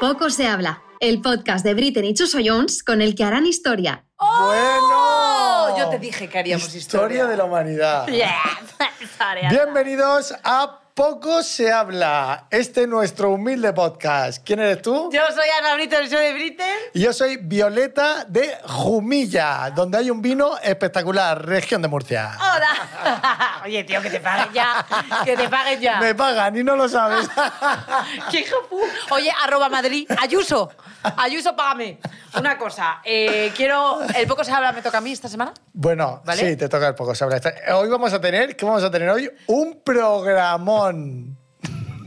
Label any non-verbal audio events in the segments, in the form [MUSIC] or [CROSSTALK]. Poco se habla, el podcast de Britten y Chuso Jones con el que harán historia. ¡Bueno! ¡Oh! Yo te dije que haríamos Historia historia. de la humanidad. historia. Bienvenidos a Poco se habla, este nuestro humilde podcast. ¿Quién eres tú? Yo soy Ana Brito del show de Britain. Y yo soy Violeta de Jumilla, donde hay un vino espectacular, región de Murcia. ¡Hola! [LAUGHS] Oye, tío, que te paguen ya. [LAUGHS] Que te paguen ya. Me pagan y no lo [LAUGHS] sabes. ¡Qué hijo pu- Oye, arroba Madrid. Ayuso. Ayuso, págame. Una cosa. eh, quiero... ¿El poco se habla me toca a mí esta semana? bueno, Vale. sí, te toca el poco se habla. Hoy vamos a tener, ¿qué vamos a tener hoy? Un programón.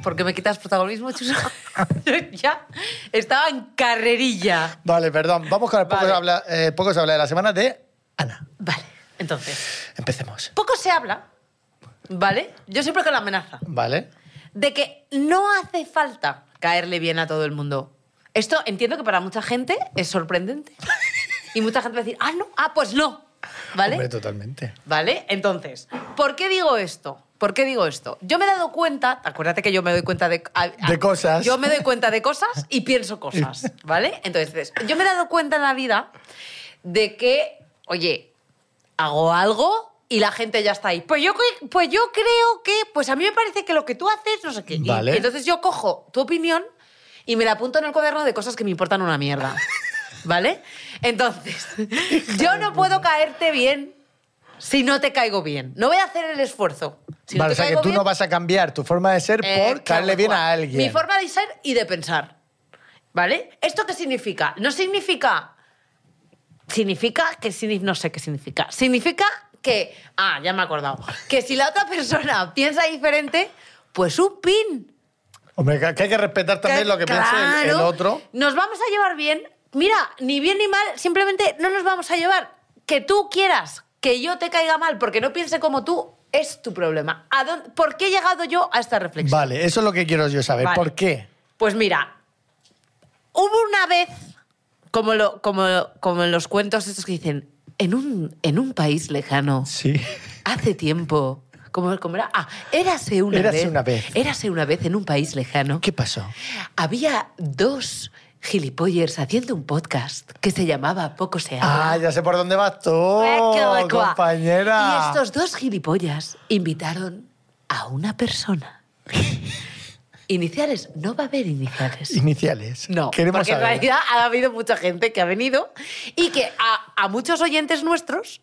Porque me quitas protagonismo, chuso. [LAUGHS] Yo ya estaba en carrerilla. Vale, perdón. Vamos con el poco, Vale. se habla, eh, poco se habla de la semana de Ana. Vale, entonces. Empecemos. Poco se habla, ¿vale? Yo siempre con la amenaza. Vale. de que no hace falta caerle bien a todo el mundo. Esto entiendo que para mucha gente es sorprendente. Y mucha gente va a decir, ah, no, ah, pues no. ¿Vale? Hombre, totalmente. ¿Vale? Entonces, ¿por qué digo esto? ¿Por qué digo esto? Yo me he dado cuenta, acuérdate que yo me doy cuenta de... a- a- De cosas. Yo me doy cuenta de cosas y [LAUGHS] pienso cosas, ¿vale? Entonces, yo me he dado cuenta en la vida de que, oye, hago algo y la gente ya está ahí. Pues yo, cre- pues yo creo que, pues a mí me parece que lo que tú haces, no sé qué. Y- Vale. y entonces yo cojo tu opinión y me la apunto en el cuaderno de cosas que me importan una mierda. [LAUGHS] ¿Vale? Entonces, yo no puedo caerte bien si no te caigo bien. No voy a hacer el esfuerzo. Si vale, no te o sea que caigo tú bien, no vas a cambiar tu forma de ser eh, por claro, caerle bien cual. a alguien. Mi forma de ser y de pensar. ¿Vale? ¿Esto qué significa? No significa. Significa que. signi- No sé qué significa. Significa que. Ah, ya me he acordado. Que si la otra persona [LAUGHS] piensa diferente, pues un pin. Hombre, que que hay que respetar también lo que piense el- el, Claro. otro. Nos vamos a llevar bien. Mira, ni bien ni mal, simplemente no nos vamos a llevar. Que tú quieras que yo te caiga mal porque no piense como tú es tu problema. ¿A dónde- ¿Por qué he llegado yo a esta reflexión? Vale, eso es lo que quiero yo saber. Vale. ¿Por qué? Pues mira, hubo una vez, como, lo, como, como en los cuentos estos que dicen, en un, en un país lejano, Sí. hace tiempo, como, como era, ah, érase una Érase vez. una vez. Érase una vez en un país lejano. ¿Qué pasó? Había dos gilipollers haciendo un podcast que se llamaba Poco se habla. Ah, ya sé por dónde vas tú, Qué guacua. compañera. Y estos dos gilipollas invitaron a [LAUGHS] una persona. Iniciales, no va a haber iniciales. Iniciales. No, Queremos porque saber. en realidad ha habido mucha gente que ha venido y que a, a muchos oyentes nuestros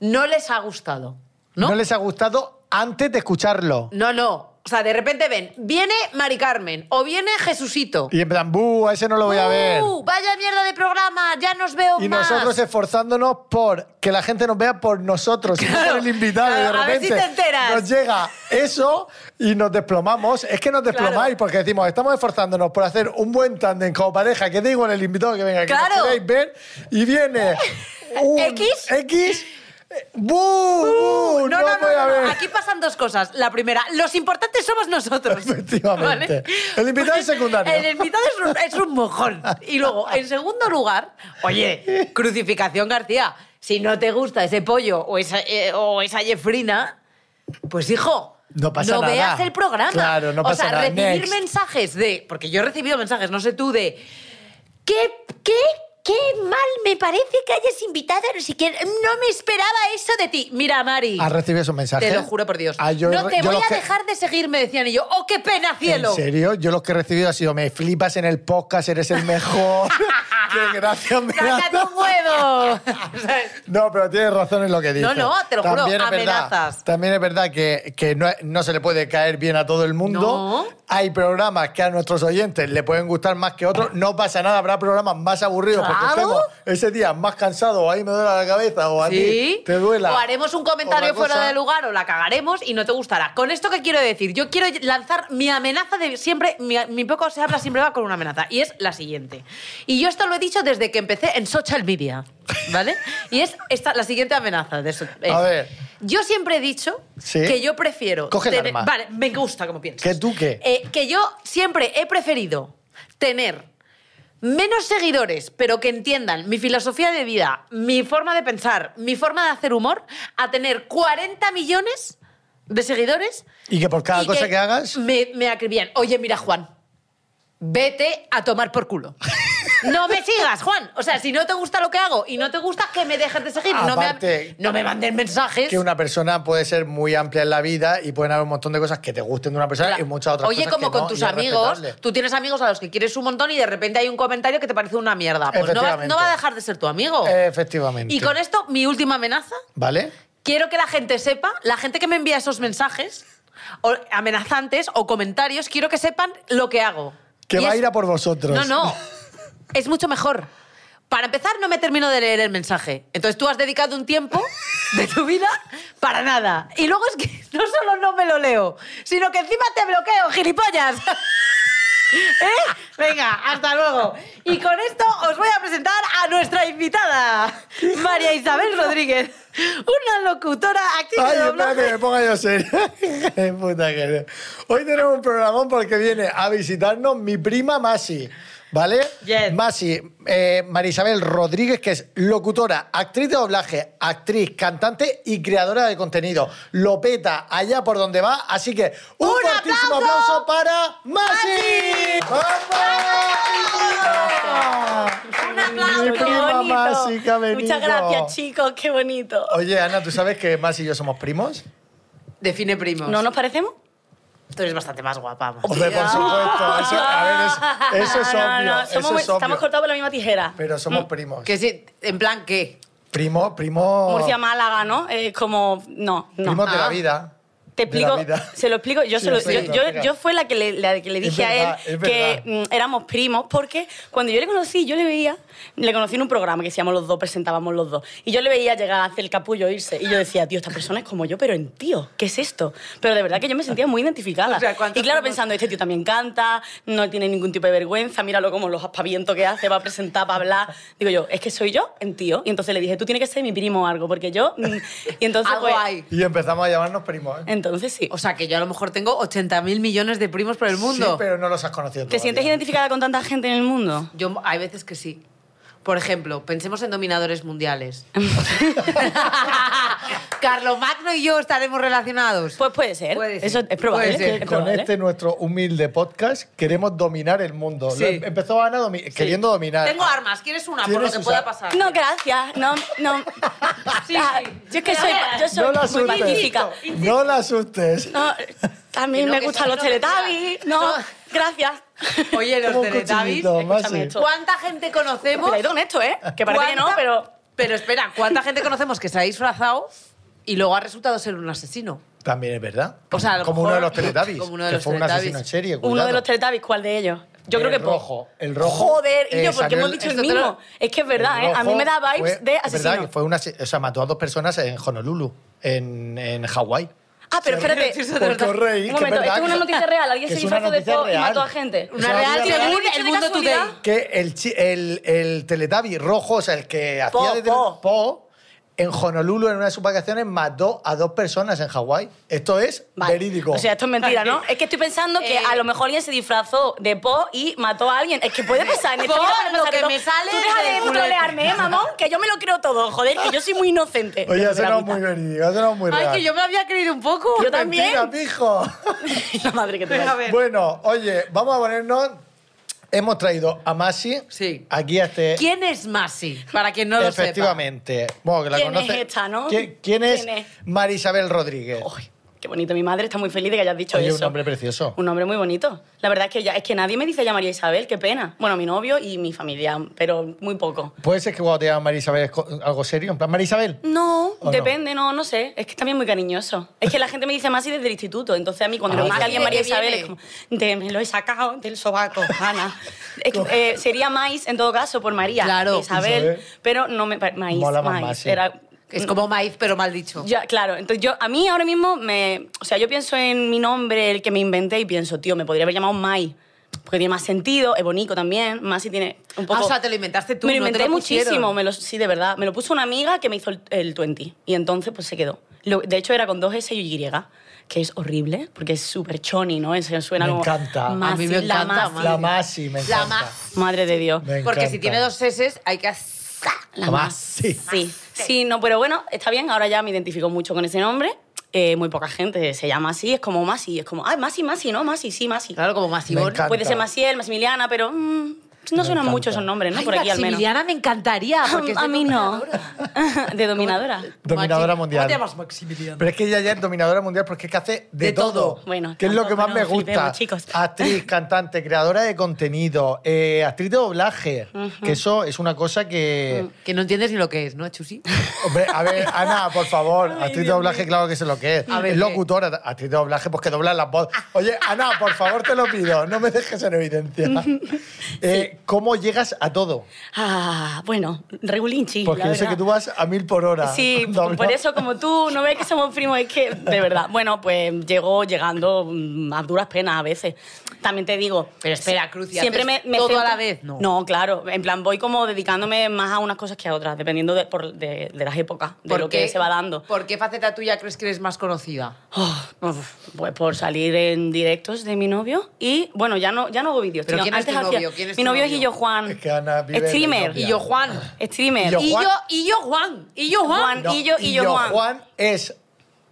no les ha gustado, ¿no? les ha gustado antes de escucharlo. No, no. O sea, de repente ven, viene Mari Carmen o viene Jesucito. Y en plan, ¡buh! A ese no lo voy a ver. ¡Uh, vaya mierda de programa! Ya nos veo Y más. nosotros esforzándonos por que la gente nos vea por nosotros, y no Claro, por el invitado. y de claro, a ver si repente te enteras. nos llega eso y nos desplomamos. Es que nos desplomáis Claro. porque decimos, estamos esforzándonos por hacer un buen tándem como pareja, que da igual el invitado que venga, que Claro. nos queráis ver, y [LAUGHS] viene un ¿X? X, eh, ¡bu! ¡bu! no, no, no, voy a no, no. ver. Aquí pasan dos cosas. La primera, los importantes somos [LAUGHS] nosotros. Efectivamente. El invitado es secundario. El invitado es un, es un mojón. Y luego, en segundo lugar, oye, crucificación García, si no te gusta ese pollo o esa, eh, o esa jefrina, pues hijo. No pasa nada. veas el programa. Claro, no pasa O sea, nada. recibir Next. mensajes de. Porque yo he recibido mensajes, no sé tú, de. ¿Qué, qué, qué mal me parece que hayas invitado a no sé quién? No me esperaba eso de ti. Mira, Mari. ¿Has recibido esos mensajes? Te lo juro por Dios. Ah, yo- no te yo voy los a que- dejar de seguir, me decían. Y yo, ¡oh, qué pena, cielo! En serio, yo los que he recibido ha sido me flipas en el podcast, eres el [LAUGHS] mejor. Qué gracias me das. ¡Sácate [LAUGHS] un huevo! [LAUGHS] ¿Sabes? No, pero tienes razón en lo que dices. no, te lo juro, es verdad- amenazas. también es verdad que, que no, no se le puede caer bien a todo el mundo. No. Hay programas que a nuestros oyentes le pueden gustar más que otros. No pasa nada, habrá programas más aburridos porque Claro. estemos ese día más cansados o ahí me duela la cabeza o a ¿Sí? ti te duela. O haremos un comentario otra cosa. fuera de lugar o la cagaremos y no te gustará. Con esto que quiero decir, yo quiero lanzar mi amenaza de siempre, mi, mi poco se habla siempre va con una amenaza y es la siguiente. Y yo esto lo he dicho desde que empecé en social media, ¿vale? Y es esta, la siguiente amenaza de eso. es, A ver. Yo siempre he dicho Sí. que yo prefiero... Coge el arma. Vale, me gusta como piensas. ¿Que tú qué? Eh, que yo siempre he preferido tener menos seguidores, pero que entiendan mi filosofía de vida, mi forma de pensar, mi forma de hacer humor, a tener 40 millones de seguidores. Y que por cada y cosa que, hagas. Me, me acribían. Oye, mira, Juan. vete a tomar por [LAUGHS] culo. No me sigas, Juan. O sea, si no te gusta lo que hago y no te gusta, que me dejes de seguir. No me, Aparte- no me manden mensajes. Que una persona puede ser muy amplia en la vida y pueden haber un montón de cosas que te gusten de una persona y muchas otras Oye, cosas como que con no, tus y es amigos, respetable. tú tienes amigos a los que quieres un montón y de repente hay un comentario que te parece una mierda. Pues no va, Efectivamente. no va a dejar de ser tu amigo. Efectivamente. Y con esto, mi última amenaza. ¿Vale? Quiero que la gente sepa, la gente que me envía esos mensajes o amenazantes o comentarios, quiero que sepan lo que hago. Que Y va a es- ir a por vosotros. No, no. [LAUGHS] Es mucho mejor. Para empezar, no me termino de leer el mensaje. Entonces tú has dedicado un tiempo de tu vida para nada. Y luego es que no solo no me lo leo, sino que encima te bloqueo, gilipollas. [LAUGHS] ¿Eh? Venga, hasta luego. Y con esto os voy a presentar a nuestra invitada, María Isabel Rodríguez, una locutora actriz Ay, de espera que doblaje. me ponga yo serio. [LAUGHS] Puta que no. Hoy tenemos un programón porque viene a visitarnos mi prima Masi, ¿vale? Yes. Masi, eh, Marisabel Rodríguez, que es locutora, actriz de doblaje, actriz, cantante y creadora de contenido. Lo peta allá por donde va, así que un, ¡Un fortísimo aplauso! aplauso, para Masi. ¡Vamos! Un aplauso, Mi qué prima bonito. Masi que ha venido. Muchas gracias, chicos, qué bonito. Oye, Ana, ¿tú sabes que Masi y yo somos primos? Define primos. ¿No nos parecemos? Tú eres bastante más guapa. ma. Hombre, por supuesto. Eso, a ver, es- eso es No, obvio. no, no, eso somos- es obvio. Estamos cortados por la misma tijera. Pero somos primos. Que sí, en plan, ¿qué? Primo, primo. Murcia, Málaga, ¿no? Es como, no, no. Primos de Ah. la vida. Te De la explico, vida. se lo explico. Yo, Sí, se lo- sí, yo, sí, yo- venga. yo fue la que le, la que le Es dije verdad, a él es que verdad. mm, éramos primos, porque cuando yo le conocí, yo le veía, le conocí en un programa que se llamó Los Dos, presentábamos los dos, y yo le veía llegar hacia el capullo e irse, y yo decía, tío, esta persona es como yo, pero en tío, ¿qué es esto? Pero de verdad que yo me sentía muy identificada. O sea, ¿cuántos y claro, somos? pensando, este tío también canta, no tiene ningún tipo de vergüenza, míralo como los aspavientos que hace, va a presentar, va a hablar. Digo yo, es que soy yo en tío. Y entonces le dije, tú tienes que ser mi primo o algo, porque yo. mm, Y entonces. [LAUGHS] Algo pues, hay. Y empezamos a llamarnos primos. ¿eh? Entonces sí. O sea, que yo a lo mejor tengo 80.000 millones de primos por el mundo. Sí, pero no los has conocido ¿Te todavía. sientes identificada con tanta gente en el mundo? Yo hay veces que sí. Por ejemplo, pensemos en dominadores mundiales. [LAUGHS] Carlos Magno y yo estaremos relacionados. Pues puede ser. Puede ser. Eso es probable. Puede ser. es Con probable. este nuestro humilde podcast queremos dominar el mundo. Sí. Lo em- Empezó Ana domi- queriendo dominar. Tengo armas, ¿quieres una? Por lo ¿Quieres que usar? pueda pasar. No, gracias. No, no. [LAUGHS] Sí, Ah, sí. [LAUGHS] Yo es que soy, yo soy no la muy asustes. pacífica. No la asustes. No, también Que no, me que gustan soy los una teletubbies. bestia. No, No. gracias. Oye, los Como un Teletubbies. cuchillito, escúchame Masi. esto. ¿Cuánta gente conocemos? Cuidado con esto, ¿eh? Que parece que no, ¿Cuánta- pero... Pero espera, ¿cuánta gente conocemos que se ha disfrazado y luego ha resultado ser un asesino? También es verdad. O sea, a lo como uno de mejor- los teletubbies. como uno de que los fue un Teletubbies. asesino en serie. Uno cuidado. de los teletubbies, ¿cuál de ellos? Yo creo El que po- rojo, el rojo, Joder, y eh, yo, porque salió hemos el- dicho el esto te lo- mismo. Es que es verdad, ¿eh? A mí rojo me da vibes fue- de Es verdad asesino. que fue una, ase- o sea, mató a dos personas en Honolulu, en, en Hawái. Ah, pero espérate. Sí, eso Por de verdad. correr, Un que momento, esto verdad es una que- noticia real. Alguien que se es una disfrazó de noticia po y real. mató a gente. O Una sea, real había- ¿Te lo según habían dicho el de mundo today. casualidad? Que el, chi- el, el teletabi rojo, o sea, el que Po, hacía de po. Po, en Honolulu, en una de sus vacaciones, mató a dos personas en Hawái. Esto es Vale. verídico. O sea, esto es mentira, ¿no? Es que estoy pensando que Eh, a lo mejor alguien se disfrazó de Po y mató a alguien. Es que puede pasar. En esta Po, [LAUGHS] vida puede lo pasar de que todo. me sale Tú deja del de culete. trolearme, ¿eh, mamón? Que yo me lo creo todo, joder, que yo soy muy inocente. Oye, ha Pero sonado mira, muy verídico, ha sonado muy real. Ay, que yo me había creído un poco. Yo también. Mentira, [LAUGHS] pijo. [LAUGHS] La madre que te Venga, a parió. ver. bueno, oye, vamos a ponernos... Hemos traído a Masi Sí. aquí a este... ¿Quién es Masi? Para quien no lo sepa. Efectivamente. Bueno, que la ¿Quién es conoce- esta, no? ¿Qui- ¿Quién es ¿Quién es? Marisabel Rodríguez? Uy, qué bonito. Mi madre está muy feliz de que hayas dicho Oye, eso. un nombre precioso. Un nombre muy bonito. La verdad es que ya, es que nadie me dice ya María Isabel, qué pena. Bueno, mi novio y mi familia, pero muy poco. Puede ser que cuando te llaman Marisabel es co- algo serio, en plan Marisabel. No, ¿O no? depende, no? no, sé. Es que es también muy cariñoso. Es que la gente me dice Masi desde el instituto. Entonces a mí Ah, cuando me dice vale. alguien ¿De María qué Isabel viene? es como, "Te me lo he sacado del sobaco, Ana. Es que, eh, sería Maíz en todo caso por María Claro. Isabel, Isabel. pero no me... pa- Maíz, Mola más Maíz. Masi. Era, Es como maíz, pero mal dicho. Ya, claro, entonces yo, a mí ahora mismo, me, o sea, yo pienso en mi nombre, el que me inventé, y pienso, tío, me podría haber llamado Mai, porque tiene más sentido, es bonito también, más si tiene un poco... Ah, o sea, te lo inventaste tú, Me lo no te inventé lo pusieron. muchísimo, me lo- sí, de verdad. Me lo puso una amiga que me hizo el, el 20, y entonces pues se quedó. Lo- de hecho, era con dos S y Y, que es horrible, porque es súper choni, ¿no? Eso suena Me como... encanta. A mí Masi, me la encanta, Masi. Masi. La Masi, me La encanta. Masi. Madre de Dios. Me Porque si encanta. tiene dos S, hay que... sa- La La más. Masi. Ah, Sí, sí, no, pero bueno, está bien, ahora ya me identifico mucho con ese nombre eh, muy poca gente se llama así, es como Masi, es como, ay, Masi, Masi, ¿no? Masi, sí, Masi. Claro, como Me Masibón. encanta. Puede ser Maciel, Maximiliana, pero mm, Me no suenan encanta. mucho esos nombres, ¿no? Ay, Por aquí al menos. Ah, Maximiliana me [LAUGHS] encantaría. Porque es A de mí no. dominadora. [LAUGHS] De dominadora. Dominadora Maxi- mundial. ¿Cómo te llamas Maximiliana? Pero es que ella ya es dominadora mundial porque es que hace de, De todo. todo. Bueno, que es lo tanto que más que me nos flipemos, gusta. chicos. [LAUGHS] Actriz, cantante, creadora de contenido, eh, actriz de doblaje. Que eso es una cosa que. Que no entiendes ni lo que es, ¿no, [LAUGHS] Chusi? Hombre, a ver, Ana, por favor, Mm. Ay, actriz de Dios doblaje, claro que sé lo que es. A es ver, ¿qué? locutora, actriz de doblaje, pues que dobla las voces. Ah. Oye, Ana, por favor, te lo pido, no me dejes en evidencia. [LAUGHS] Eh, ¿Cómo llegas a todo? Ah, bueno, regulinchi. Porque la yo sé verdad. que tú vas a mil por hora. [LAUGHS] Sí, cuando por hablas. eso como tú no ves que somos primos, es que de verdad, bueno, pues llego llegando mm, a duras penas a veces. También te digo, Pero espera, Cruz, ¿y siempre me, haces me todo centro- a la vez? No. No, claro, en plan voy como dedicándome más a unas cosas que a otras, dependiendo de, por- de- de las épocas, de ¿Por lo qué- que se va dando. ¿Por qué faceta tuya crees que eres más conocida? Oh, uf, pues por salir en directos de mi novio y bueno, ya no ya no hago vídeos, ¿Pero tío. quién es Antes tu hacía- novio? ¿Quién es Mi tu novio es novio? Illo Juan. Es que Ana vive en la streamer. Illo Y yo, Juan. Streamer. Illo Y Juan. yo, y yo, Juan. Y yo, Juan. Juan. No, Illo- Illo Illo Juan. es,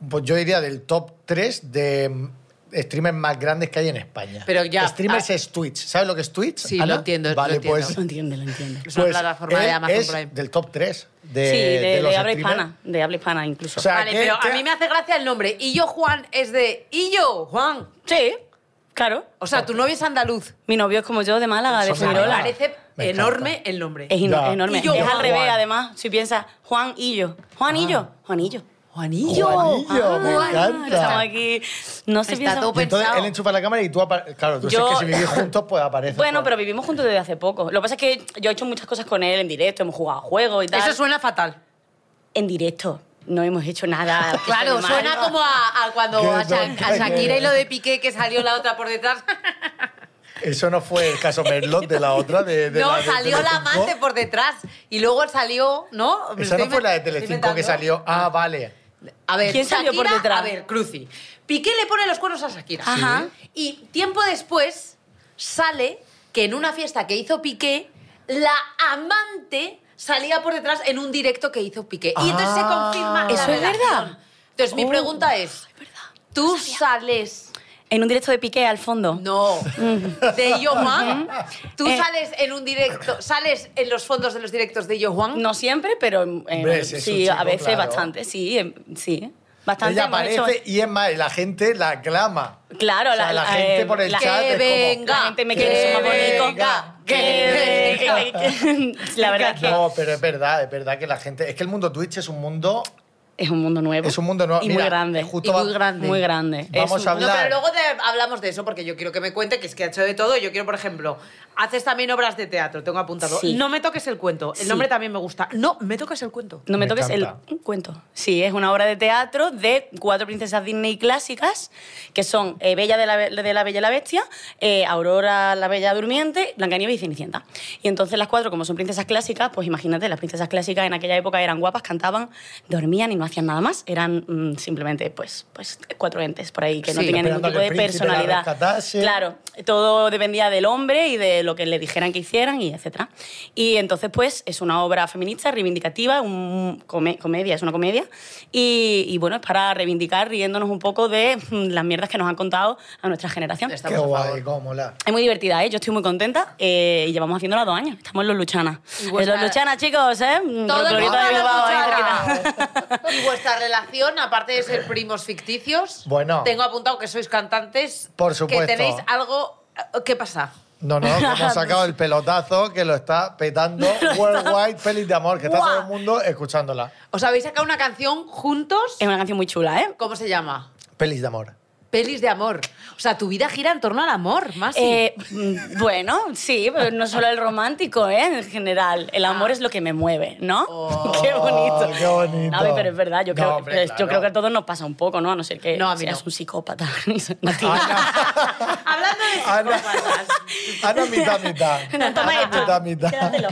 pues yo diría, del top 3 de mm, streamers más grandes que hay en España. Pero ya- Streamers ah. es Twitch. ¿Sabes lo que es Twitch? Sí, lo Ana? entiendo, lo Vale, entiendo. [LAUGHS] pues. Lo entiende, lo entiende. Es una pues plataforma de él Amazon es Prime. del top 3 de, sí, de, los de habla streamers. hispana, de habla hispana incluso. O sea, vale, ¿qué- pero qué- a mí me hace gracia el nombre. Y yo, Juan, es de. Y yo, Juan. sí, claro. O sea, tu novio es andaluz. Mi novio es como yo de Málaga, de Somos Me Hola. Fuengirola. iguales. parece Me encanta. Eh, enorme el nombre. Es ino- Ya. enorme. Y yo, es Juan. al revés, además. Si piensas, Juan y yo. Juan y yo. Juanillo. Juanillo. Juanillo, Ah. Oh, me Juan. encanta. Estamos aquí. No se Está piensa. todo Y entonces pensado. él enchufa la cámara y tú, apa- claro, tú Yo- sabes que si vivís juntos, pues aparece. Bueno, pero vivimos juntos desde hace poco. Lo que pasa es que yo he hecho muchas cosas con él en directo, hemos jugado a juegos y tal. Eso suena fatal. En directo. No hemos [LAUGHS] hecho nada. que Claro, suene mal. suena como a, a cuando Qué a, Sha- tonta a Shakira que y lo de Piqué que salió la otra por detrás. Eso no fue el caso Merlot de la otra. [LAUGHS] De, de no, la de salió la Telecinco. amante por detrás y luego salió, ¿no? Me Esa estoy no fue la de inven- estoy Telecinco que inventando. salió. Ah, vale. A ver, ¿Quién salió por Shakira- detrás? A ver, Cruci. Piqué le pone los cuernos a Shakira. Ajá. Y tiempo después sale que en una fiesta que hizo Piqué, la amante salía por detrás en un directo que hizo Piqué. Y entonces se Ah. confirma. la ¿Eso es relación. verdad? Oh. Entonces mi pregunta es: ¿tú sales En un directo de Piqué al fondo. [LAUGHS] no. ¿De Yo Juan? ¿Tú Eh. sales en un directo, sales en los fondos de los directos de Yo Juan? No siempre, pero eh, Hombre, ese es un sí, chico, a veces claro. bastante, sí, eh, sí. Bastante Ella hemos hecho- aparece y es más, la gente la aclama. Claro, O sea, la, la- la- gente eh, por el la- chat. es Que como, venga. La gente me que quiere más bonito. venga, Que venga. [LAUGHS] La verdad que No, pero es verdad, es verdad que la gente. Es que el mundo Twitch es un mundo. es un mundo nuevo. Es un mundo nuevo. Y Mira, muy grande. justo- y va- muy grande. Muy grande. Eh, Vamos Es un- a No, hablar. pero luego te- hablamos de eso porque yo quiero que me cuente que es que ha hecho de todo. Yo quiero, por ejemplo, haces también obras de teatro, tengo apuntado. Sí. No me toques el cuento. El Sí. nombre también me gusta. No, me toques el cuento. No me, Me toques encanta. el un cuento. Sí, es una obra de teatro de cuatro princesas Disney clásicas, que son eh, Bella de la, Be- de la Bella y la Bestia, eh, Aurora la Bella Durmiente, Blancanieves y Cenicienta. Y entonces las cuatro, como son princesas clásicas, pues imagínate, las princesas clásicas en aquella época eran guapas, cantaban, dormían y no hacían nada más. Eran mm, simplemente, pues, pues, cuatro entes por ahí que no Sí. tenían ningún Esperando a tipo que de el príncipe la personalidad. rescatase. Claro, todo dependía del hombre y de lo que le dijeran que hicieran y etcétera. Y entonces, pues, es una obra feminista, reivindicativa, un come- comedia, es una comedia. Y, y, bueno, es para reivindicar riéndonos un poco de mm, las mierdas que nos han contado a nuestra generación. Está Qué Estamos a guay, cómo favor. mola. Es muy divertida, ¿eh? Yo estoy muy contenta eh, y llevamos haciéndola dos años. Estamos en Los Luchanas. Y En vuestra- Los Luchanas, chicos, ¿eh? Todo el mundo Glorieta de habla Bilbao, ahí cuchara. cerquita. [LAUGHS] Y vuestra relación, aparte de ser primos ficticios, Bueno. tengo apuntado que sois cantantes. Por supuesto. Que tenéis algo. eh, ¿Qué pasa? No, no, [LAUGHS] que hemos sacado el pelotazo que lo está petando Worldwide Pelis de Amor, que está Guau. todo el mundo escuchándola. ¿Os habéis sacado una canción juntos? Es una canción muy chula, ¿eh? ¿Cómo se llama? Pelis de [LAUGHS] Amor. Pelis de amor. O sea, tu vida gira en torno al amor, más. Eh, mm, bueno, sí, pero no solo el romántico, ¿eh? En general, el amor Ah. es lo que me mueve, ¿no? Oh, [LAUGHS] qué bonito. qué bonito. A ver, pero es verdad, No, yo, creo, hombre, pues, yo claro. creo que a todos nos pasa un poco, ¿no? A no ser que No, a mí seas no. un psicópata. [LAUGHS] No, Ah, tío. Ana, Hablando de Ana. psicópatas. [LAUGHS] Ana mitad, mitad. [LAUGHS] Toma esto. Mitad, mitad. Quédatelo.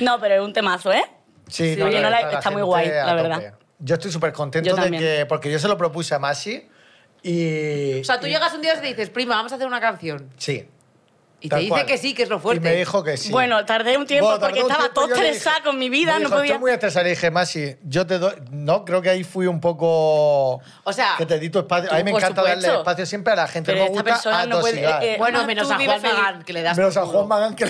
No, pero es un temazo, ¿eh? Sí, Sí, oye, no, la- verdad, está muy gente guay, a la tope. verdad. Yo estoy súper contento Yo de también. que. Porque yo se lo propuse a Masi y. O sea, tú llegas un día y te dices, prima, vamos a hacer una canción. Sí. Y te Tal dice cual. que sí, que es lo Y me fuerte. dijo que sí. Bueno, tardé un tiempo Bueno, tardó porque un estaba tiempo, todo yo le dije- estresada con mi vida, me no dijo, podía. Estoy muy estresada. Le dije, Masi, yo te doy... No, creo que ahí fui un poco... O sea, Que te di tu espacio. A mí tú, me por encanta darle supuesto. espacio siempre a la gente. Pero no me esta gusta persona no puede- atosigar. eh, Bueno, Además, menos tú a vive Juan feliz. Magán, que le das Menos por a culo. Juan Magán [LAUGHS] que...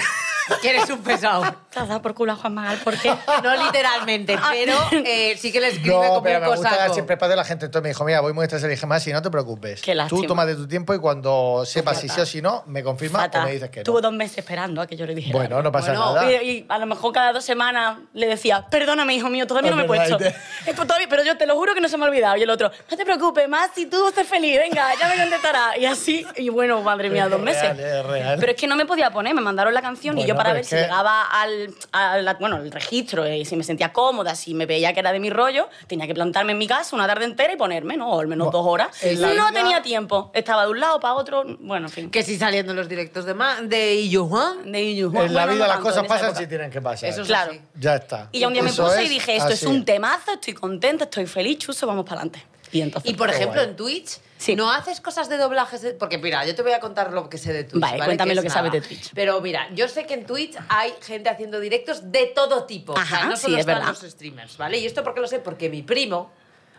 Que eres un pesado. [LAUGHS] Te has dado por culo a Juan Magal, ¿por [LAUGHS] qué? No [LAUGHS] literalmente, Ah. pero eh, sí que le escribe No, como pero un me gusta dar cosaco. siempre espacio a la gente. Entonces me dijo, mira, voy muy estresada. Le dije, Masi, no te preocupes. Qué Tú lástima. tómate tu tiempo y cuando sepas si sí o si no, me confirmas o Fatal. me dices que Tuvo no. dos meses esperando a que yo le dijera. Bueno, no pasa Bueno, nada. Y, y a lo mejor cada dos semanas le decía, perdóname, hijo mío, todavía no me he Es verdad, puesto. y Eh, pues todavía- pero yo te lo juro que no se me ha olvidado. Y el otro, no te preocupes, más si tú estás feliz, venga, ya me contestará. Y así, y bueno, madre mía, Es dos real, meses. es real. Pero es que no me podía poner, me mandaron la canción y Bueno, yo para pero ver es si que- llegaba al, a la- bueno, el registro, eh, si me sentía cómoda, si me veía que era de mi rollo, tenía que plantarme en mi casa una tarde entera y ponerme, ¿no? O al menos Bueno, dos horas. en la no vida- tenía tiempo. Estaba de un lado para otro, bueno, en fin. Que sí saliendo en los directos de, ma de Illo Juan. De Yuyu. En la Bueno, no vida las tanto, cosas en esa pasan época. si tienen que pasar. Eso es Claro. así. Ya está. Y ya un día me Eso puse y es dije, esto es así. un temazo, estoy contenta, estoy feliz, chuso, vamos para adelante. Y entonces... Y por Qué ejemplo, guay. en Twitch, Sí. no haces cosas de doblajes. de- Porque mira, yo te voy a contar lo que sé de Twitch. Vale, cuéntame es lo que nada. sabes de Twitch. Pero mira, yo sé que en Twitch hay gente haciendo directos de todo tipo. o sea, Ajá, no solo sí, es están verdad. los streamers, ¿vale? ¿Y esto por qué lo sé? Porque mi primo,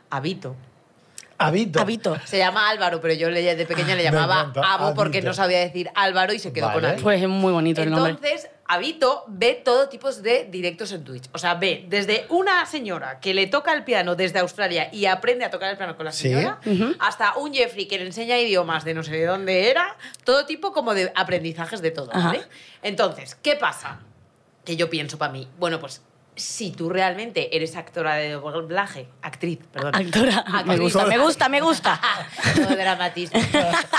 Habito, Habito. Habito. se llama Álvaro, pero yo le- de pequeña le [LAUGHS] Me llamaba encanta, Abo porque Habito. no sabía decir Álvaro y se quedó con Vale. Habito. Pues es muy bonito el nombre. Entonces, Habito ve todo tipo de directos en Twitch. O sea, ve desde una señora que le toca el piano desde Australia y aprende a tocar el piano con la Sí. señora, hasta un Jeffrey que le enseña idiomas de no sé de dónde era, todo tipo como de aprendizajes de todo, Ajá. ¿vale? Entonces, ¿qué pasa? Que yo pienso para mí, bueno, pues si tú realmente eres actora de doblaje, actriz, perdón. Actora. Me gusta, me gusta, [LAUGHS] me gusta. Todo dramatismo.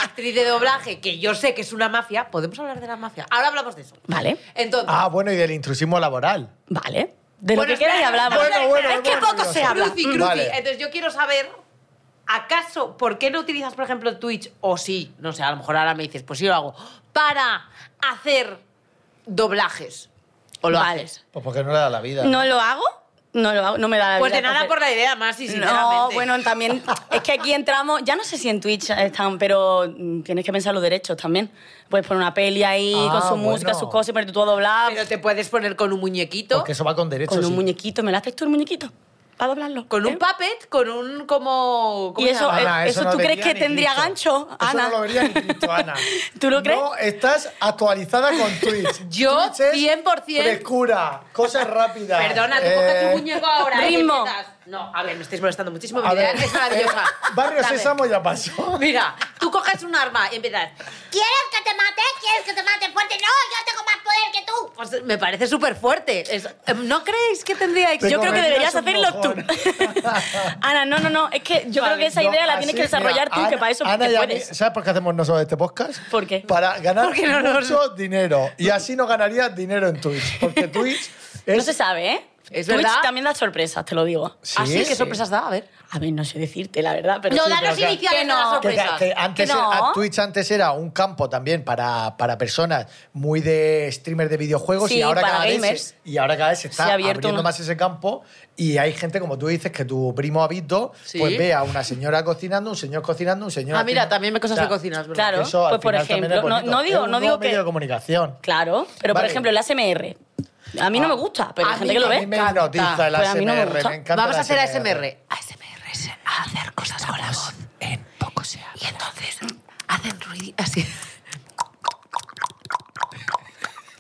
Actriz de doblaje, que yo sé que es una mafia. ¿Podemos hablar de la mafia? Ahora hablamos de eso. Vale, Entonces, Ah, bueno, y del intrusismo laboral. vale. De Bueno, lo que quieras y espera, hablamos. espera, Bueno, bueno, es que bueno, poco se Dios. habla. Cruci, cruci. Vale. Entonces yo quiero saber, ¿acaso, por qué no utilizas, por ejemplo, Twitch? O sí, no sé, a lo mejor ahora me dices, pues sí lo hago. Para hacer doblajes. O lo Vale. haces. Pues porque no le da la vida. ¿No lo hago? No lo hago, no me da la Pues vida de nada hacer- por la idea, más y sinceramente. No, bueno, también es que aquí entramos, ya no sé si en Twitch eh, están, pero mm, tienes que pensar los derechos también. Puedes poner una peli ahí Ah, con su bueno. música, sus cosas y ponerte tú a doblar. Pero te puedes poner con un muñequito, Porque eso va con derecho. con un sí. muñequito, ¿me la haces tú el muñequito? Para doblarlo. con un ¿eh? puppet, con un como... ¿cómo Y se eso, llama? eh, Ana, ¿eso tú vería crees que ni tendría Cristo. gancho, Eso Ana? no lo vería ni Cristo, Ana. [LAUGHS] ¿Tú lo crees? No, estás actualizada con [LAUGHS] Twitch. Yo, Twitch es 100%. Frescura, cosas rápidas. Perdona, tú Eh, coges tu muñeco ahora. ¿eh? Ritmo. ¿Qué estás? No, a ver, me estáis molestando muchísimo. A Mi idea ver, es [LAUGHS] maravillosa. eh, Barrio Dame. Sésamo ya pasó. Mira, tú coges un arma y empiezas. ¿Quieres que te mate? ¿Quieres que te mate fuerte? No, yo tengo más poder que tú. Pues me parece súper fuerte. Es- em, ¿No creéis que tendría Te yo creo que comerías deberías un hacerlo tú. mojón. [LAUGHS] Ana, no, no, no. Es que yo Vale, creo que esa no, idea la tienes así, que desarrollar mira, tú, que Ana- para eso Ana y te a mí, puedes. ¿Sabes por qué hacemos nosotros este podcast? ¿Por qué? Para [LAUGHS] ganar Porque no nos- mucho dinero. Y así no ganarías dinero en Twitch. [LAUGHS] Porque Twitch es... No se sabe, ¿eh? Es Twitch verdad. también da sorpresas, te lo digo. Sí, Así, Ah, ¿qué sí. sorpresas da? A ver. A ver, no sé decirte, la verdad, pero. No, sí, danos pero que- iniciales que de las no. Que, sorpresas. que antes Que no. era- Twitch antes era un campo también para, para personas muy de streamers de videojuegos y Sí, ahora para cada vez gamers. se- y ahora cada vez se está Se ha abierto abriendo una- más ese campo y hay gente como tú dices que tu primo Habito Sí. pues ve a una señora cocinando, un señor cocinando, un señor Ah, mira, haciendo- también me O cosas sea, de cocinas, ¿verdad? claro. Eso, al Pues, por final, también ejemplo, es bonito. no- no digo- Es un no digo nuevo que- medio de comunicación. Claro, pero Vale. Ah. por ejemplo, el ASMR. A mí no me gusta, pero A hay gente mí que lo A ve. mí me encanta. hipnotiza el Pues a mí no me ASMR, gusta. me encanta Vamos el a hacer ASMR. ASMR es hacer cosas con la voz. En poco se Y entonces hacen ruido así.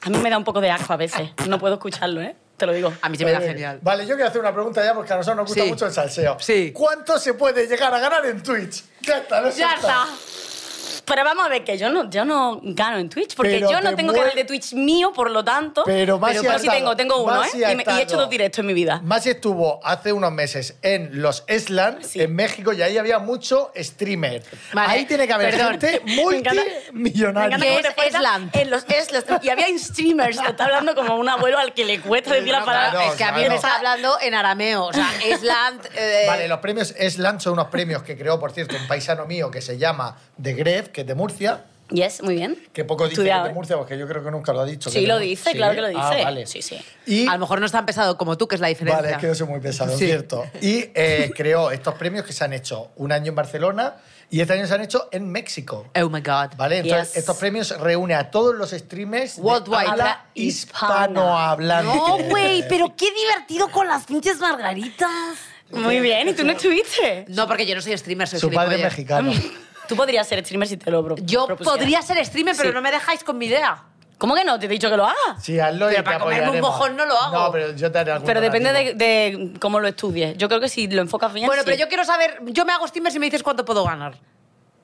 A mí me da un poco de asco a veces. No puedo escucharlo, ¿eh? Te lo digo. A mí se me da Vale. genial. Vale, yo quiero hacer una pregunta ya porque a nosotros nos gusta Sí. mucho el salseo. Sí. ¿Cuánto se puede llegar a ganar en Twitch? Ya está, no Ya está. Pero vamos a ver, que yo no, yo no gano en Twitch, porque Pero yo te no tengo mueve- canal de Twitch mío, por lo tanto. Pero Masi ha pero sí estado- tengo, tengo uno, ¿eh? Masi Y, ha me- y he hecho estado- dos directos en mi vida. Masi estuvo hace unos meses en los Eslan, Sí. en México, y ahí había mucho streamer. Vale, ahí tiene que haber perdón. gente [LAUGHS] Me encanta- Me encanta multimillonaria. cómo Que te es cuesta Eslan. En los Eslan. Y había [LAUGHS] streamers. Te está hablando como un abuelo al que le cuesta decir la no, palabra. claro, es que a mí claro. me está hablando en arameo. O [LAUGHS] sea, Island. eh, Vale, los premios Eslan son unos premios que creó, por cierto, un paisano mío que se llama The Gref, que es de Murcia. Yes, muy bien. Que poco dice que es Estudiado, de ¿eh? Murcia, porque yo creo que nunca lo ha dicho. Sí, que lo no- dice, ¿Sí? claro que lo dice. Ah, vale. Sí, sí. Y, A lo mejor no es tan pesado como tú, que es la diferencia. vale, es que yo soy muy pesado, es Sí. cierto. Y eh, creó estos premios que se han hecho un año en Barcelona y este año se han hecho en México. Oh my God. Vale, entonces Yes. estos premios reúne a todos los streamers de Worldwide. habla Habla hispanohablante. No, güey, pero qué divertido con las pinches margaritas. Muy bien, ¿y tú no estuviste? No, porque yo no soy streamer, soy [LAUGHS] Su padre es gilipollas. mexicano. Tú podrías ser streamer si te lo pro- Yo propusiera. podría ser streamer, pero pues, Sí. no me dejáis con mi idea. ¿Cómo que no? Te he dicho que lo hagas. Sí, hazlo y Pero te para comerme un apoyaremos. mojón no lo hago. No, pero yo te haré algún Pero depende donativo. de, de cómo lo estudies. Yo creo que si lo enfocas bien. Bueno, sí. pero yo quiero saber, yo me hago streamer si me dices cuánto puedo ganar.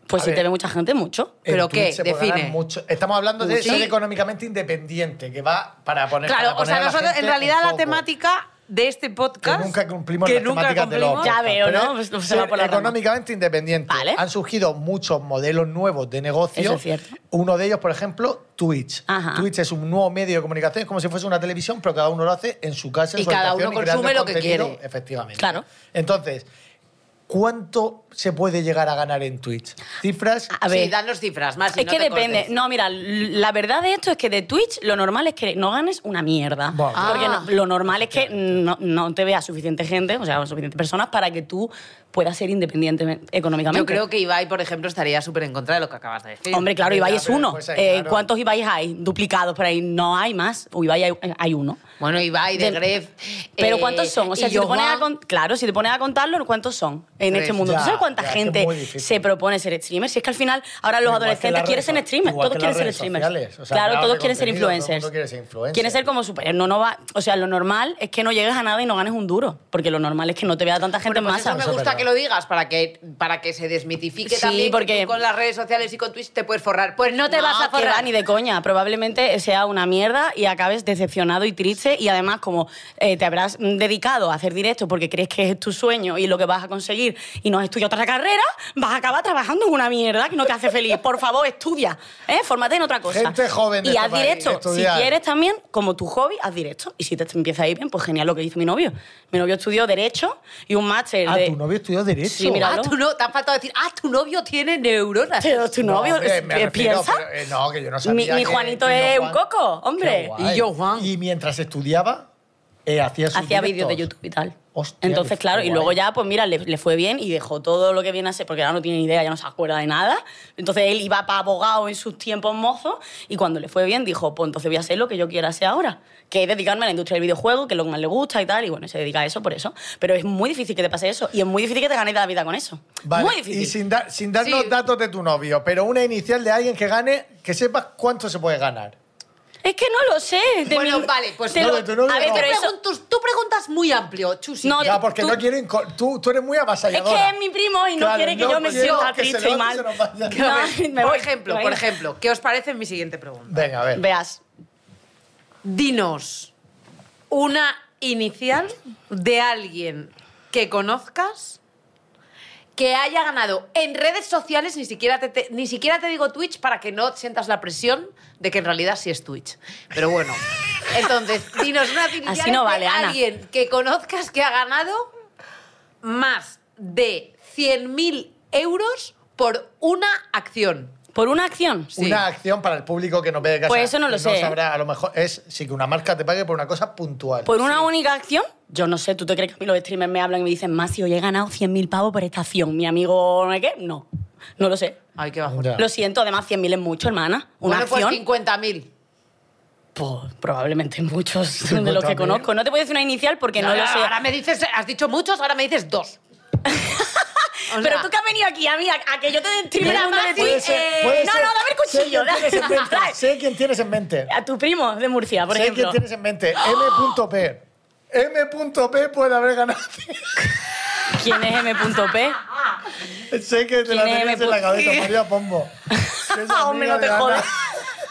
Pues A si ver. te ve mucha gente, mucho. En ¿Pero Twitch qué? se puede ganar Define. mucho. Estamos hablando de Sí. ser económicamente independiente, que va para poner. Claro, para o poner a sea, la nosotros gente en en realidad la foco. temática de este Que podcast... nunca cumplimos que las nunca temáticas cumplimos, de los Ya veo, podcasts, ¿no? pero es Pues se va ser por la rama. económicamente independiente. Vale. Han surgido muchos modelos nuevos de negocio. Eso es cierto. Uno de ellos, por ejemplo, Twitch. Ajá. Twitch es un nuevo medio de comunicación, es como si fuese una televisión, pero cada uno lo hace en su casa, en Y su cada habitación, uno y creando consume lo que contenido, quiere. Efectivamente. Claro. Entonces, ¿cuánto se puede llegar a ganar en Twitch? Cifras A ver. Sí, danos cifras, más. es que depende. No, mira, l- la verdad de esto es que de Twitch lo normal es que no ganes una mierda. Vale. Porque Ah. no- lo normal es que no, no te vea suficiente gente, o sea, suficientes personas para que tú puedas ser independiente económicamente. Yo creo que Ibai, por ejemplo, estaría súper en contra de lo que acabas de decir. Hombre, claro, Ya, Ibai es pero uno. después hay, Eh, claro. ¿Cuántos Ibais hay? Duplicados por ahí. No hay más. O Ibai hay, hay uno. Bueno, Ibai, de Del- Gref... Pero eh, ¿cuántos son? O sea, y si te pones a Johan- con- claro, si te pones a contarlo, ¿cuántos son en Tres. este mundo? Ya, ¿Tú sabes cuánta ya, es que es gente muy difícil. se propone ser streamer? Si es que al final ahora los Igual que adolescentes las quieren redes ser so- streamers, igual todos que las quieren ser redes streamers. sociales, o sea, claro, creador todos de quieren ser contenido, todo el mundo influencers. quiere ser influencer. Quieren ser como super, no no va, o sea, lo normal es que no llegues a nada y no ganes un duro, porque lo normal es que no te vea tanta gente Bueno, pues más. eso me Eso es gusta verdad. que lo digas para que, para que se desmitifique Sí, también. que porque- tú con las redes sociales y con Twitch te puedes forrar. Pues no te vas a que va forrar. ni de coña. Probablemente sea una mierda y acabes decepcionado y triste. Y además, como eh, te habrás mm, dedicado a hacer directo porque crees que es tu sueño y lo que vas a conseguir y no has estudiado otra carrera, vas a acabar trabajando en una mierda que no te hace feliz. Por favor, estudia. ¿eh? Fórmate en otra cosa. Gente joven de Y este haz país, directo. Si estudiar. quieres también, como tu hobby, haz directo. Y si te empieza a ir bien, pues genial lo que hizo mi novio. Mi novio estudió Derecho y un máster Ah, de... tu novio estudió Derecho. Sí, mira, Ah, tú no, te han faltado decir, ah, tu novio tiene neuronas. Pero tu No, novio hombre, me eh, refiero, piensa... pero, eh, no, que yo no sabía. Mi, mi que- Juanito que es yo un Juan- coco, Qué hombre. guay. Y yo, Juan. Y mientras estudiaba, eh, hacía sus Hacía vídeos de directos. YouTube y tal. Hostia, Entonces, qué claro, y guay. luego ya, pues mira, le, le fue bien y dejó todo lo que viene a ser, porque ahora no tiene ni idea, ya no se acuerda de nada. Entonces él iba para abogado en sus tiempos mozos y cuando le fue bien dijo, pues entonces voy a hacer lo que yo quiera hacer ahora, que es dedicarme a la industria del videojuego, que es lo que más le gusta y tal, y bueno, se dedica a eso por eso. Pero es muy difícil que te pase eso y es muy difícil que te ganes la vida con eso. Vale, Muy difícil. Y sin, dar- sin darnos Sí. datos de tu novio, pero una inicial de alguien que gane, que sepas cuánto se puede ganar. Es que no lo sé. de Bueno, mi- vale, pues te no, lo- de tu novio A ver, no. pero Tú eso... preguntas- tú preguntas muy amplio, Chusi. No, Ya, tú- porque tú- no quiero... inco- Tú, tú eres muy Es avasalladora. que es mi primo y no Claro, quiere que yo me quiero sienta que se triste y nos- mal. se nos vaya. Que- [LAUGHS] [LAUGHS] No, me por voy, ejemplo, me por voy. ejemplo, ¿qué os parece mi siguiente pregunta? Venga, a ver. Veas. Dinos una inicial de alguien que conozcas que haya ganado en redes sociales, ni siquiera te, te- ni siquiera te digo Twitch para que no sientas la presión de que en realidad sí es Twitch. Pero bueno, entonces, dinos una inicial Así no vale, de Ana. alguien que conozcas que ha ganado más de 100.000 euros por una acción. ¿Por una acción? Sí. Una acción para el público que no ve de casa. Pues eso no que lo sé. sabrá, a lo mejor es sí que una marca te pague por una cosa puntual. ¿Por una única acción? Yo no sé, ¿tú te crees que a mí los streamers me hablan y me dicen, Masi, hoy he ganado 100.000 pavos por esta acción? ¿Mi amigo no sé qué? No, no lo sé. Ay, qué bajo. Ya. Lo siento, además 100.000 es mucho, hermana. Una Bueno, pues acción. 50.000. Pues, [LAUGHS] probablemente muchos de los que 50.000. conozco. No te puedo decir una inicial porque no, lo sé. Ahora me dices, has dicho muchos, ahora me dices dos. [LAUGHS] O Pero sea, tú que has venido aquí a mí, a, a que yo te destribe Mira, la mano de Maxi, ti. puede ser, eh, Puede no, ser- no, dame el sé cuchillo. quién tienes [LAUGHS] en mente, Trae. sé quién tienes en mente. A tu primo de Murcia, por sé ejemplo. quién tienes en mente. [GASPS] M.P. M.P. puede haber ganado. ¿Quién es [LAUGHS] [LAUGHS] M.P? sé que te la ¿Quién es tenías en la M.P.? [LAUGHS] cabeza, María Pombo. Que es Ah, hombre, amiga no te de Ana. jodas. [LAUGHS]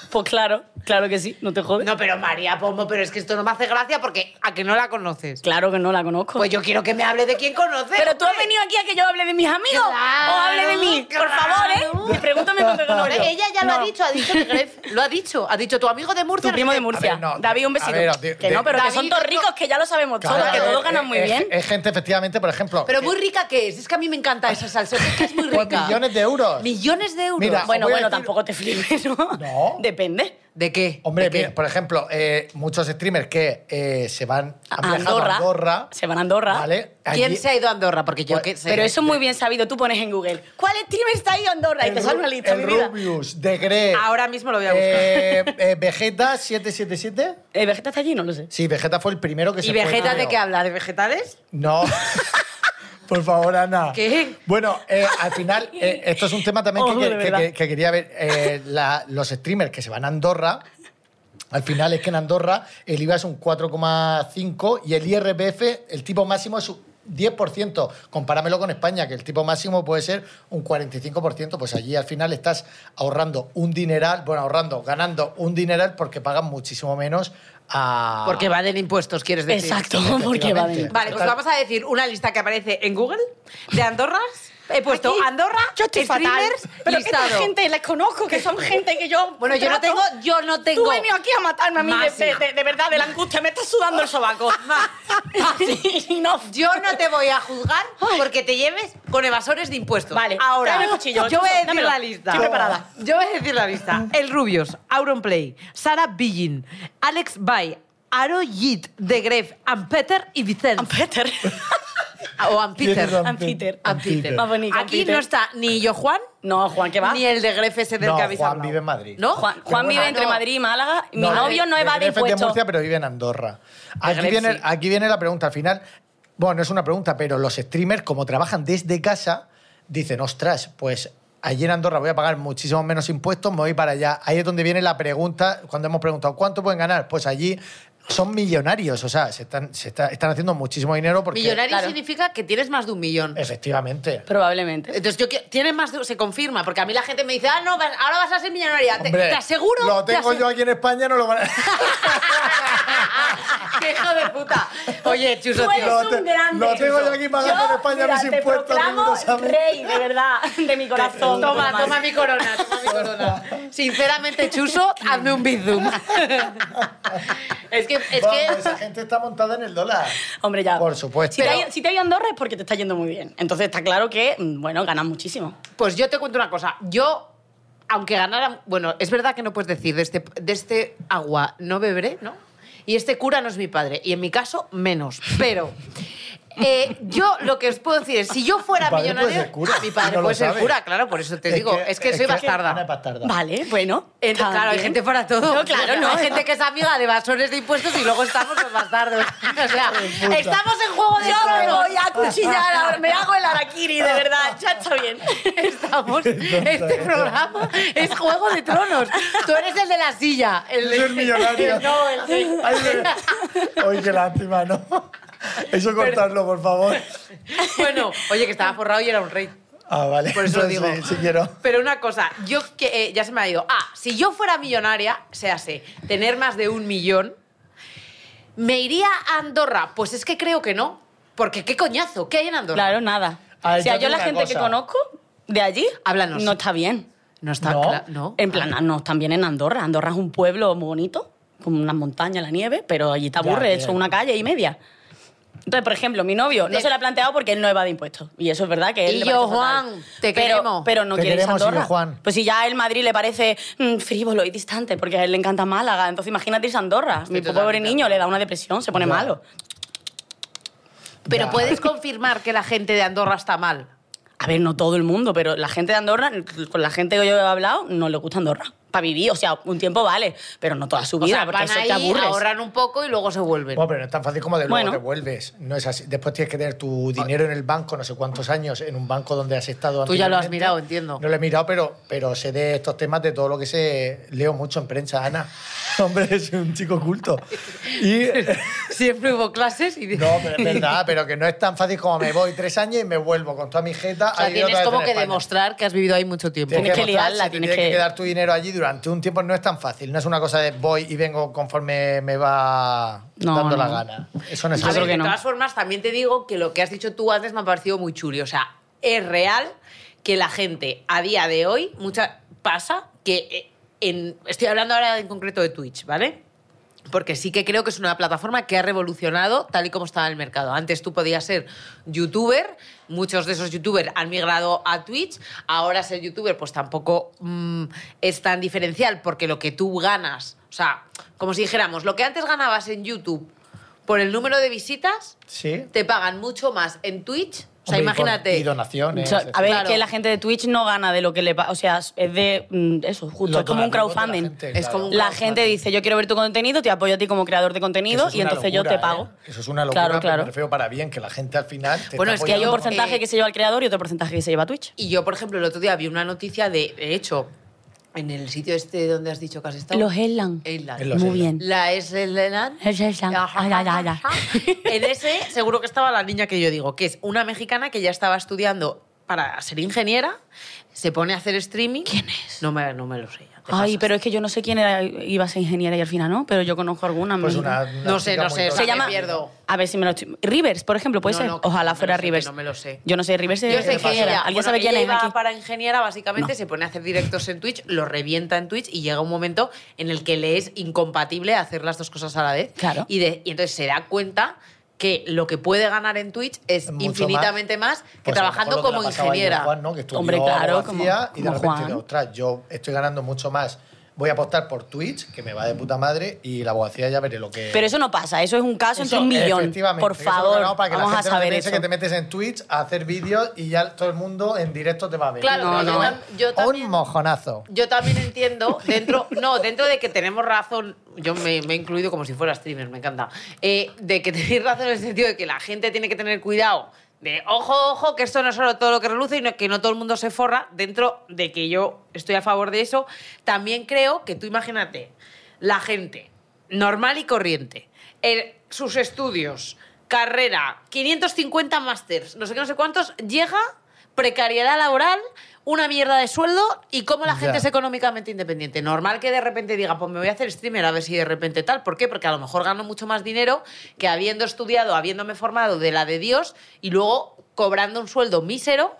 Pues claro, Claro que sí, no te jodes. No, pero María Pombo, pero es que esto no me hace gracia porque a que no la conoces. Claro que no la conozco. Pues yo quiero que me hable de quién conoces. pero tú has hombre. venido aquí a que yo hable de mis amigos Claro, o hable de mí, por favor, ¿eh? Y pregúntame cuando conozco. yo. Ella ya lo No. ha dicho, ha dicho [LAUGHS] que Gref- lo ha dicho, ha dicho tu amigo de Murcia. Tu no primo sé de qué. Murcia. A ver, no, David, un a besito. ver, no, tío, que no, pero David, que son todos no, ricos, que ya lo sabemos todos, Claro, eh, que todos es- ganan muy es- bien. Es gente, efectivamente, por ejemplo. Pero muy rica que es, es que a mí me encanta esa salsa, es que es [LAUGHS] muy Pues rica. millones de euros. Millones de euros. Mira, bueno, voy a bueno, decir- tampoco te flipes, ¿no? No. Depende. ¿De qué? Hombre, ¿De qué? mira, por ejemplo, eh, muchos streamers que eh, se van han A viajado Andorra. a Andorra. Se van a Andorra. ¿vale? ¿Quién pues, eh, Allí- se ha ido a Andorra? Porque yo Pues, qué sé. Pero eso es muy bien sabido. Tú pones en Google, ¿cuál streamer está ahí en Andorra? Y el te sale Ru- una lista, el mi vida. Rubius, De Grey. Ahora mismo lo voy a buscar. eh, eh, Vegeta 777. Eh, ¿Vegeta está allí? No lo sé. Sí, Vegeta fue el primero que se ¿Y fue, Vegeta de creo. qué habla? ¿De vegetales? No. [LAUGHS] Por favor, Ana. ¿Qué? Bueno, eh, al final, eh, esto es un tema también que, [LAUGHS] Ojo, de que- verdad. que- que quería ver. Eh, la- los streamers que se van a Andorra, al final es que en Andorra el IVA es un 4,5 y el IRPF, el tipo máximo es un 10%. Compáramelo con España, que el tipo máximo puede ser un 45%. Pues allí al final estás ahorrando un dineral, bueno, ahorrando, ganando un dineral porque pagan muchísimo menos a... Porque van en impuestos, quieres decir. Exacto, [LAUGHS] porque va a venir. Vale, pues Total. vamos a decir una lista que aparece en Google de Andorras. He puesto Andorra, Yo estoy fatal. streamers, Pero que listado. esta gente, las conozco, que son gente que yo... Bueno, yo no trato. tengo, yo no tengo. Tú venido aquí a matarme a mí de, Máxima. de- de- de verdad, de la angustia. Me estás sudando el sobaco. [LAUGHS] Y no- Yo no te voy a juzgar porque te lleves con evasores de impuestos. Vale, ahora. tráeme el cuchillo, yo voy a decir dámelo. la lista. Estoy preparada. Mm. Yo voy a decir la lista. El Rubios, Auronplay, Sara Billin, Alex Bay, Aro Yit, De Gref, Ampeter y Vicente. Peter. O Ampeter. Tienes Ampeter. Ampeter. Más bonito, Aquí Ampeter. no está ni yo Juan, No, Juan, ¿qué va? ni el De Gref ese del No, que habéis Juan hablado. vive en Madrid. ¿No? Juan, Juan vive Ah, entre no. Madrid y Málaga. Mi No, novio no evade Tenerife es de impuestos. Murcia, pero vive en Andorra. Aquí Gref, viene, sí. aquí viene la pregunta. Al final, bueno, no es una pregunta, pero los streamers, como trabajan desde casa, dicen, ostras, pues allí en Andorra voy a pagar muchísimos menos impuestos, me voy para allá. Ahí es donde viene la pregunta, cuando hemos preguntado, ¿cuánto pueden ganar? Pues allí son millonarios, o sea, se están, se está- están haciendo muchísimo dinero porque... Millonario claro. significa que tienes más de un millón. Efectivamente. Probablemente. Entonces, yo quiero- tienes más de- se confirma, porque a mí la gente me dice, ah, no, vas- ahora vas a ser millonaria. Te, Hombre, te aseguro. Lo te tengo aseguro- yo aquí en España, no lo van a... [LAUGHS] ¡Qué hijo de [LAUGHS] puta! Oye, Chuso, Tú eres tío. te- un grande. lo tengo yo aquí pagando en Yo, España mira, mis te impuestos, proclamo tú lo sabes. rey, de verdad, de mi corazón. Toma, toma mi corona, toma mi [LAUGHS] corona. Sinceramente, Chuso, hazme un bizum. es que, [LAUGHS] es Vamos, que esa gente está montada en el dólar. Hombre, ya. Por supuesto. Si, te Pero- ha- si te ha ido a Andorra es porque te está yendo muy bien. Entonces está claro que, mm, bueno, ganas muchísimo. Pues yo te cuento una cosa. Yo, aunque ganara. Bueno, es verdad que no puedes decir, de este, de este agua no beberé, ¿no? Y este cura no es mi padre. Y en mi caso, menos. [LAUGHS] Pero. eh, yo lo que os puedo decir es, si yo fuera Tu padre millonaria, puede ser cura, [LAUGHS] mi padre no lo puede ser sabes. cura, claro, por eso te digo, es que soy bastarda. Ana es bastarda. Vale, bueno. Entonces, está claro, hay Ah, bien. gente para todo. No, claro, no. ¿eh? Hay gente que es amiga de basores de impuestos y luego estamos los [LAUGHS] bastardos. O sea, puta. estamos en juego de Yo me tronos. voy a cuchillar ahora, me hago el araquiri, de verdad, ya está bien. [LAUGHS] [LAUGHS] Estamos. Este tonta. programa es Juego de Tronos. Tú eres el de la silla. El Yo soy el millonario. [LAUGHS] No, el de- Ay, qué- [LAUGHS] Ay, qué lástima, ¿no? Eso cortarlo, por favor. Bueno, oye, que estaba forrado y era un rey. Ah, vale. Por eso lo Entonces, digo. Sí, sí quiero. Pero una cosa, yo que eh, ya se me ha ido. Ah, si yo fuera millonaria, se hace tener más de un millón, ¿me iría a Andorra? Pues es que creo que no. Porque qué coñazo, ¿qué hay en Andorra? Claro, nada. A ver, o sea, yo yo la una gente que cosa. conozco de allí, Háblanos. no está bien. No está No. Ah. cla- No. En plan, no, están bien en Andorra. Andorra es un pueblo muy bonito, con unas montañas, la nieve, pero allí te aburre, bien. eso es una calle y media. Entonces, por ejemplo, mi novio no Te- se lo ha planteado porque él no evade impuestos. Y eso es verdad que él. Y le yo, parece fatal. Juan, te pero, queremos. Pero no Te quiere irse a queremos, y yo, Andorra. Juan. Pues si ya el Madrid le parece mm, frívolo y distante, porque a él le encanta Málaga. Entonces, imagínate irse a Andorra. mi pobre totalmente de niño le da una depresión, se pone Ya. malo. Pero Ya. puedes confirmar que la gente de Andorra está mal. A ver, no todo el mundo, pero la gente de Andorra, con la gente que yo he hablado, no le gusta Andorra. Para vivir, o sea, un tiempo vale, pero no toda su O vida, sea, porque van eso ahí, te aburres. ahorran un poco y luego se vuelven. Bueno, pero no es tan fácil como de luego Bueno. te vuelves. No es así. Después tienes que tener tu dinero en el banco, no sé cuántos años, en un banco donde has estado Tú ya lo has anteriormente. mirado, entiendo. No lo he mirado, pero, pero sé de estos temas, de todo lo que [LAUGHS] [LAUGHS] sé. Leo mucho en prensa, Ana. Hombre, es un chico culto. Y... Siempre hubo clases y... No, pero es verdad, pero que no es tan fácil como me voy tres años y me vuelvo con toda mi jeta. O sea, a vivir tienes otra vez como en que España. demostrar que has vivido ahí mucho tiempo. Tienes que demostrar liarla, si te tienes tienes que- que quedar tu dinero allí durante un tiempo. No es tan fácil. No es una cosa de voy y vengo conforme me va No, dando la no. gana. Eso no es Yo A así. creo ver, de que no. todas formas, también te digo que lo que has dicho tú antes me ha parecido muy chuli. O sea, es real que la gente a día de hoy mucha, pasa que eh, en, estoy hablando ahora en concreto de Twitch, ¿vale? Porque sí que creo que es una plataforma que ha revolucionado tal y como estaba el mercado. Antes tú podías ser youtuber, muchos de esos youtubers han migrado a Twitch, ahora ser youtuber pues tampoco mm, es tan diferencial porque lo que tú ganas, o sea, como si dijéramos, lo que antes ganabas en YouTube por el número de visitas, Sí. te pagan mucho más en Twitch. O sea, Hombre, y por- imagínate. Y donaciones. O sea, etcétera. a ver, Claro. que la gente de Twitch no gana de lo que le paga. O sea, es de mm, eso, justo. Los Es como un donativos de la crowdfunding. gente, Es como un La crowdfunding. gente dice, yo quiero ver tu contenido, te apoyo a ti como creador de contenido Eso es y una entonces yo locura, te ¿eh? pago. Eso es una locura, Claro, pero claro. me refiero para bien, que la gente al final te Bueno, está es que Que hay un apoyando. porcentaje eh, que se lleva el creador y otro porcentaje que se lleva Twitch. Y yo, por ejemplo, el otro día vi una noticia de, de hecho, en el sitio este donde has dicho que has estado. Los Headland. Island. En Eh, los Muy Headland. bien. La es Headland. Es Headland. Ay, ay, ay, ay. En ese seguro que estaba la niña que yo digo, que es una mexicana que ya estaba estudiando para ser ingeniera, se pone a hacer streaming. ¿Quién es? No me, no me lo sé. ya, te Ay, pasas. pero es que yo no sé quién era, iba a ser ingeniera y al final no, pero yo conozco alguna. Pues amiga. una- una No sé, chica no muy sé, o sea, tonta. me pierdo. A ver si me lo estoy... Rivers, por ejemplo, puede No, ser. no, que Ojalá no me fuera lo sé, que Rivers. no me lo sé. Yo no sé, Rivers es Yo sé que ingeniera. ella, ¿Alguien bueno, sabe quién ella es iba aquí? para ingeniera, básicamente se pone a hacer directos en Twitch, lo revienta en Twitch y llega un momento en el que le es incompatible hacer las dos cosas a la vez. Claro. Y, de- y entonces se da cuenta que lo que puede ganar en Twitch es Mucho infinitamente más, que Pues a lo trabajando mejor lo como que le ha pasado a ingeniera. Juan, ¿no? Que estudió Hombre, claro, abogacía como- y de como repente, Juan. ostras, yo estoy ganando mucho más. Voy a apostar por Twitch, que me va de puta madre, y la abogacía ya veré lo que... Pero eso no pasa, eso es un caso entre un millón. Efectivamente, Por que eso es lo favor, que hablamos para que la vamos a gente no te saber piense eso. que te metes en Twitch a hacer vídeos y ya todo el mundo en directo te va a ver. Claro, No, pero yo no. tam- yo también- Un mojonazo. Yo también entiendo, dentro, no, dentro de que tenemos razón, yo me, me he incluido como si fuera streamer, me encanta, eh, de que tenéis razón en el sentido de que la gente tiene que tener cuidado, de ojo, ojo, que esto no es solo todo lo que reluce y no- que no todo el mundo se forra, dentro de que yo estoy a favor de eso, también creo que tú imagínate, la gente normal y corriente, en sus estudios, carrera, 550 másters, no sé qué, no sé cuántos, llega precariedad laboral, una mierda de sueldo y cómo la Ya. gente es económicamente independiente. Normal que de repente diga, pues me voy a hacer streamer a ver si de repente tal. ¿Por qué? Porque a lo mejor gano mucho más dinero que habiendo estudiado, habiéndome formado de la de Dios y luego cobrando un sueldo mísero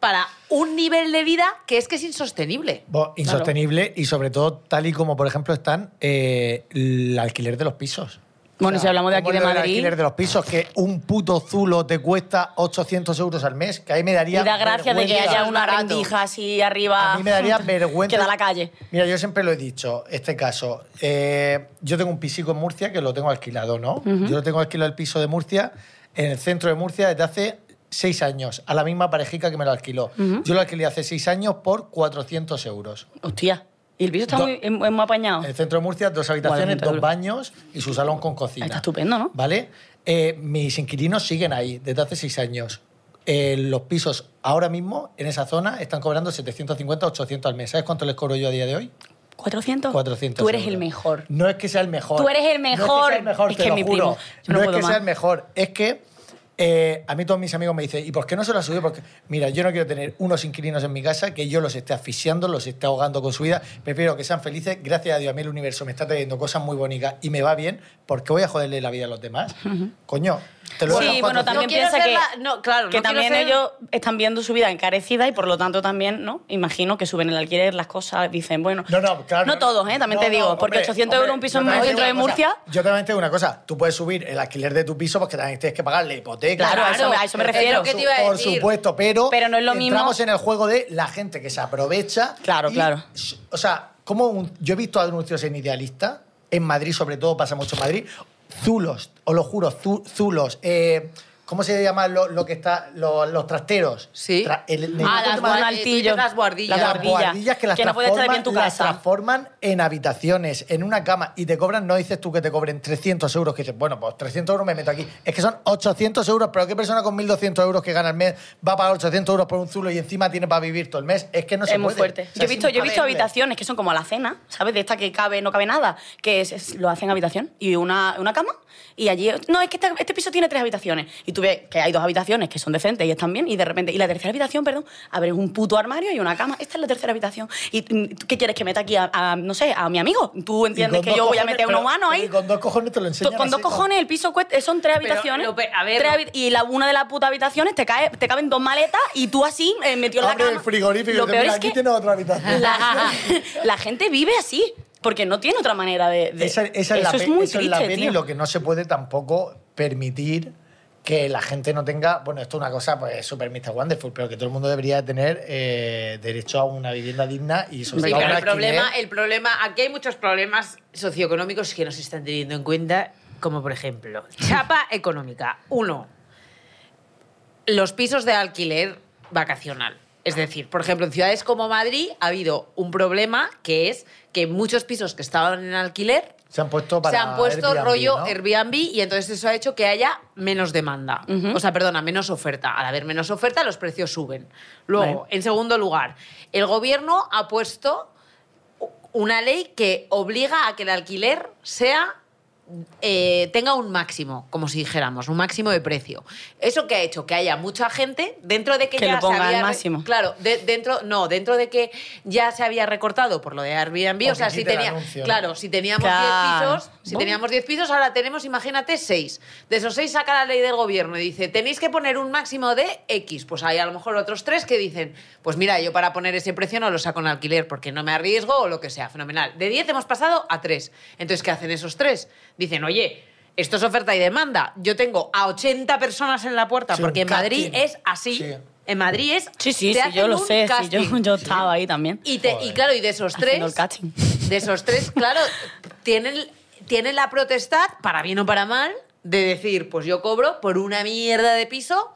para un nivel de vida que es que es insostenible. Bo- insostenible y sobre todo tal y como por ejemplo están eh, el alquiler de los pisos. Bueno, si hablamos de aquí como de lo del Madrid- alquiler de los pisos, que un puto zulo te cuesta 800 euros al mes, que ahí me daría. Y da gracia de que vergüenza. haya una Barato. rendija así arriba. A mí me daría vergüenza. [LAUGHS] Que da a la calle. Mira, yo siempre lo he dicho, este caso. eh, yo tengo un pisico en Murcia que lo tengo alquilado, ¿no? Yo lo tengo alquilado el piso de Murcia, en el centro de Murcia, desde hace seis años, a la misma parejica que me lo alquiló. Yo lo alquilé hace seis años por 400 euros. Hostia. Y el piso está Do- muy, es muy es muy apañado. En el centro de Murcia, dos habitaciones, 40 dos Ah. euros. baños y su salón con cocina. Está estupendo, ¿no? ¿Vale? Eh, mis inquilinos siguen ahí desde hace seis años. Eh, los pisos ahora mismo en esa zona están cobrando 750, 800 al mes. ¿Sabes cuánto les cobro yo a día de hoy? ¿400? 400. Tú eres euros. el mejor. No es que sea el mejor. Tú eres el No es que mejor. sea el mejor, Es te que lo mi juro. primo, yo no no es puedo que más. sea el mejor. Es que eh, a mí todos mis amigos me dicen, ¿y por qué no se lo ha subido? Porque, mira, yo no quiero tener unos inquilinos en mi casa que yo los esté asfixiando, los esté ahogando con su vida. Prefiero que sean felices. Gracias a Dios, a mí el universo me está trayendo cosas muy bonitas y me va bien porque voy a joderle la vida a los demás. Coño, te lo Sí, dejo a bueno, 400. también quiero piensa ser que, la- no, claro, que no quiero también ser- ellos están viendo su vida encarecida y por lo tanto también, ¿no? Imagino que suben el alquiler, las cosas, dicen, bueno. No, no, claro. No todos, ¿eh? También No, te no, digo, porque hombre, 800 euros hombre, un piso yo en el también centro te de digo una Murcia. cosa, yo también tengo una cosa. Tú puedes subir el alquiler de tu piso porque también tienes que pagar la hipoteca. Claro, a eso me- a eso me refiero. Por, Es lo que te iba a por decir. supuesto, pero, Pero no es lo mismo- entramos en el juego de la gente que se aprovecha. Claro, y- claro. O sea, como un- yo he visto anuncios en Idealista, en Madrid sobre todo, pasa mucho en Madrid, zulos, os lo juro, zu- zulos, eh, ¿Cómo se llama lo, lo que está. lo- los trasteros? Sí. Tra- el- Ah, las necesito que me- guar- eh, las guardillas. las guardillas. guardillas que las, no puedes estar transforman, bien en tu las casa. transforman en habitaciones, en una cama, y te cobran, no dices tú que te cobren 300 euros, que dices, bueno, pues 300 euros me meto aquí. Es que son 800 euros, pero ¿qué persona con 1.200 euros que gana al mes va a pagar 800 euros por un zulo y encima tiene para vivir todo el mes? Es que no se es muy puede. fuerte. O sea, Yo he es visto, yo he visto imposible. habitaciones que son como la cena, ¿sabes? De esta que cabe, no cabe nada, que es- es- lo hacen habitación y una, una cama y allí... No, es que esta- este piso tiene tres habitaciones y tú ves que hay dos habitaciones que son decentes y están bien y de repente... Y la tercera habitación, perdón, abres un puto armario y una cama. Esta es la tercera habitación. ¿Y mm, qué quieres que meta aquí a, a, no sé, a mi amigo? ¿Tú Y entiendes con que dos yo voy a cojones- meter a un pero- humano ahí? pero Con dos cojones te lo enseñan. Con dos así, ¿no? cojones el piso cuesta, son tres Pero, habitaciones. lo pe- a ver, Tres lo- habi- y la una de las putas habitaciones te, cae, te caben dos maletas y tú así eh, metido en la Abre cama. el frigorífico Lo y dice, peor mira, es aquí que tienes otra habitación. la, [LAUGHS] la gente vive así, porque no tiene otra manera de... de- Esa, esa es la eso es pe- muy eso es la triste, pena y tío. lo que no se puede tampoco permitir que la gente no tenga, bueno, esto es una cosa pues super Mr. Wonderful, pero que todo el mundo debería tener eh, derecho a una vivienda digna y sobre Sí, todo a pero un el problema, alquiler. el problema, aquí hay muchos problemas socioeconómicos que no se están teniendo en cuenta, como por ejemplo, chapa [LAUGHS] económica. Uno, los pisos de alquiler vacacional. Es decir, por ejemplo, en ciudades como Madrid ha habido un problema que es que muchos pisos que estaban en alquiler se han puesto para se han puesto Airbnb, rollo ¿no? Airbnb y entonces eso ha hecho que haya menos demanda. O sea, perdona, menos oferta. Al haber menos oferta, los precios suben. Luego, Vale. en segundo lugar, el gobierno ha puesto una ley que obliga a que el alquiler sea eh, tenga un máximo, como si dijéramos, un máximo de precio. ¿Eso que ha hecho? Que haya mucha gente dentro de que, Que ya lo ponga se había... al re- máximo. Claro, de- dentro, no, dentro de que ya se había recortado por lo de Airbnb, o, O sea, que si quite el tenía, anuncio, ¿no? claro, si teníamos 10 Claro. pisos, si teníamos 10 pisos, ahora tenemos, imagínate, 6. De esos 6 saca la ley del gobierno y dice, tenéis que poner un máximo de X. Pues hay a lo mejor otros 3 que dicen, pues mira, yo para poner ese precio no lo saco en alquiler porque no me arriesgo o lo que sea, fenomenal. De 10 hemos pasado a 3. Entonces, ¿qué hacen esos 3? Dicen, oye, esto es oferta y demanda. Yo tengo a 80 personas en la puerta Sí, porque un en Madrid casting. es así. Sí. En Madrid es... Sí, sí, te sí, yo hacen lo un sé, [LAUGHS] sí, yo, casting. yo estaba ahí también. Y, te- y Joder. claro, y de esos Haciendo tres. el catching. De esos tres, claro, tienen, tienen la protestad, para bien o para mal, de decir, pues yo cobro por una mierda de piso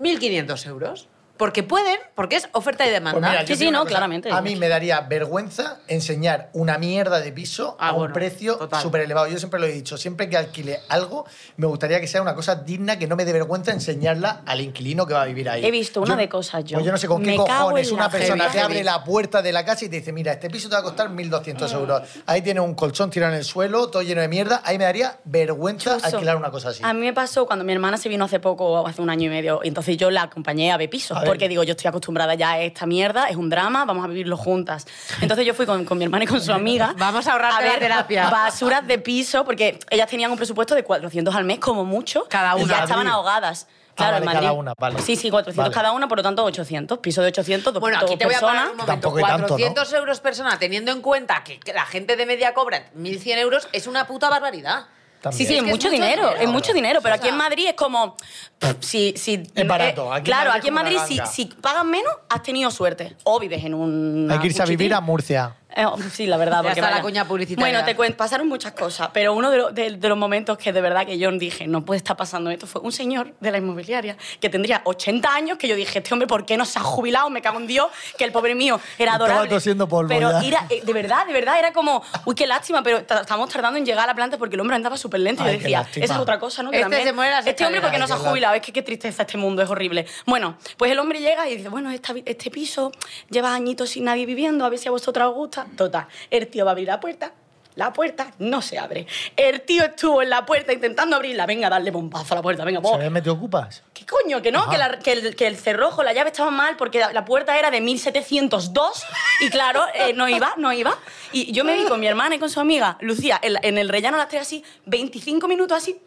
1.500 euros. Porque pueden, porque es oferta y demanda. Pues mira, yo Sí, te sí, digo una no, cosa, claramente. A mí me daría vergüenza enseñar una mierda de piso Ah, a un bueno, precio total. súper elevado. Yo siempre lo he dicho, siempre que alquile algo, me gustaría que sea una cosa digna que no me dé vergüenza enseñarla al inquilino que va a vivir ahí. He visto una de cosas yo. Pues yo no sé con qué Me cago cojones en una la persona heavy, te abre heavy. la puerta de la casa y te dice, mira, este piso te va a costar 1.200 euros. Ahí tienes un colchón tirado en el suelo, todo lleno de mierda. Ahí me daría vergüenza Chuso. alquilar una cosa así. A mí me pasó cuando mi hermana se vino hace poco, hace un año y medio, y entonces yo la acompañé a ver pisos, A ver. porque digo, yo estoy acostumbrada ya a esta mierda, es un drama, vamos a vivirlo juntas. Entonces yo fui con, con mi hermana y con su amiga. Vamos a ahorrarte la terapia. Basuras de piso, porque ellas tenían un presupuesto de 400 al mes, como mucho. Cada Y una. ya estaban Madrid. ahogadas. Ah, Claro, en vale, Madrid. cada una, vale. Sí, sí, 400 Vale. cada una, por lo tanto 800. Piso de 800, dos, Bueno, aquí dos te voy a parar personas. un momento. Tampoco hay tanto, ¿no? 400 euros persona, teniendo en cuenta que la gente de media cobra 1.100 euros, es una puta barbaridad. También. Sí, sí, Es es, que es mucho mucho dinero, dinero. es mucho dinero, pero O sea, aquí en Madrid es como pff, si, si Es barato, aquí eh, en claro, Madrid es aquí en como Madrid una si, ganga. si pagan menos has tenido suerte o vives en un Hay que irse a vivir a Murcia. Eh, oh, sí, la verdad. [LAUGHS] Ya porque está la vaya. cuña publicitaria. Bueno, te cuento, pasaron muchas cosas, pero uno de, lo- de- de los momentos que de verdad que yo dije, no puede estar pasando esto, fue un señor de la inmobiliaria que tendría 80 años, que yo dije, este hombre, ¿por qué no se ha jubilado? Me cago en Dios, que el pobre mío era Estaba adorable. tosiendo polvo Pero ya. era, eh, de verdad, de verdad, era como, uy, qué lástima, pero ta- estamos tardando en llegar a la planta porque el hombre andaba súper lento. Y Ay, yo qué decía, lástima. esa es otra cosa, ¿no? Que Este se muere las este hombre, escaleras. ¿por qué no se ha Ay, qué jubilado? Es que qué tristeza este mundo, es horrible. Bueno, pues el hombre llega y dice, bueno, esta vi- este piso lleva añitos sin nadie viviendo, a ver si a vosotros os gusta. Total, el tío va a abrir la puerta, la puerta no se abre. El tío estuvo en la puerta intentando abrirla, venga, darle bombazo a la puerta, venga, ¿Se vos. habían metido ocupas? ¿Qué coño? Que no, que, la- que el, que el cerrojo, la llave estaba mal porque la, la puerta era de 1702 y claro, eh, no iba, no iba. Y yo me vi con mi hermana y con su amiga, Lucía, en, la- en el rellano a las tres así, 25 minutos así,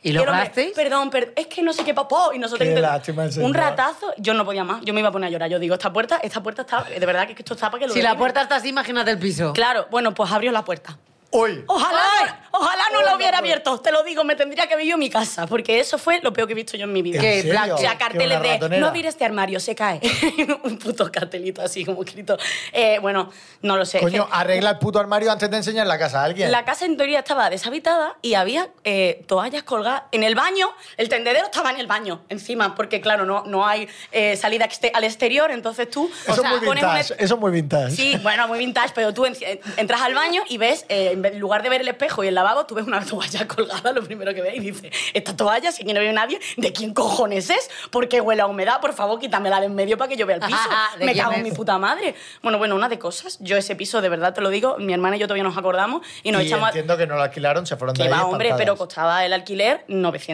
¿Y lo el hombre, lograsteis? Perdón, perdón, es que no sé qué papó. Y nosotros Qué intentando- lástima el señor. un ratazo, yo no podía más, yo me iba a poner a llorar. Yo digo, esta puerta, esta puerta está, de verdad que esto está para que lo Si la derriben. puerta está así, imagínate el piso. Claro, bueno, pues abrió la puerta. Hoy. Ojalá, ¡Ay! Bueno, ojalá no la hubiera abierto, te lo digo, me tendría que haber ido a mi casa, porque eso fue lo peor que he visto yo en mi vida. ¿En Que serio? Black O sea, ¿Que carteles una de ratonera? no abrir este armario, se cae. [LAUGHS] un puto cartelito así como escrito. Eh, bueno, no lo sé. Coño, arregla el puto armario antes de enseñar la casa a alguien. La casa en teoría estaba deshabitada y había eh, toallas colgadas en el baño. El tendedero estaba en el baño, encima, porque claro, no, no hay eh, salida exte- al exterior, entonces tú Eso es muy pones un- vintage, eso es muy vintage. Sí, bueno, muy vintage, pero tú en- entras al baño y ves, eh, en vez- en lugar de ver el espejo y el lavabo, tú ves una toalla [LAUGHS] colgada, lo primero que ves, y dices, esta toalla, si aquí no veo nadie, ¿de quién cojones es? Porque huele a humedad, por favor, quítamela de en medio para que yo vea el piso. ¿De Me quién cago en es? mi puta madre. Bueno, bueno, una de cosas. Yo ese piso, de verdad te lo digo, mi hermana y yo todavía nos acordamos y nos y echamos... a- entiendo que no lo alquilaron, se fueron de que ahí va, hombre, espantadas. pero costaba el alquiler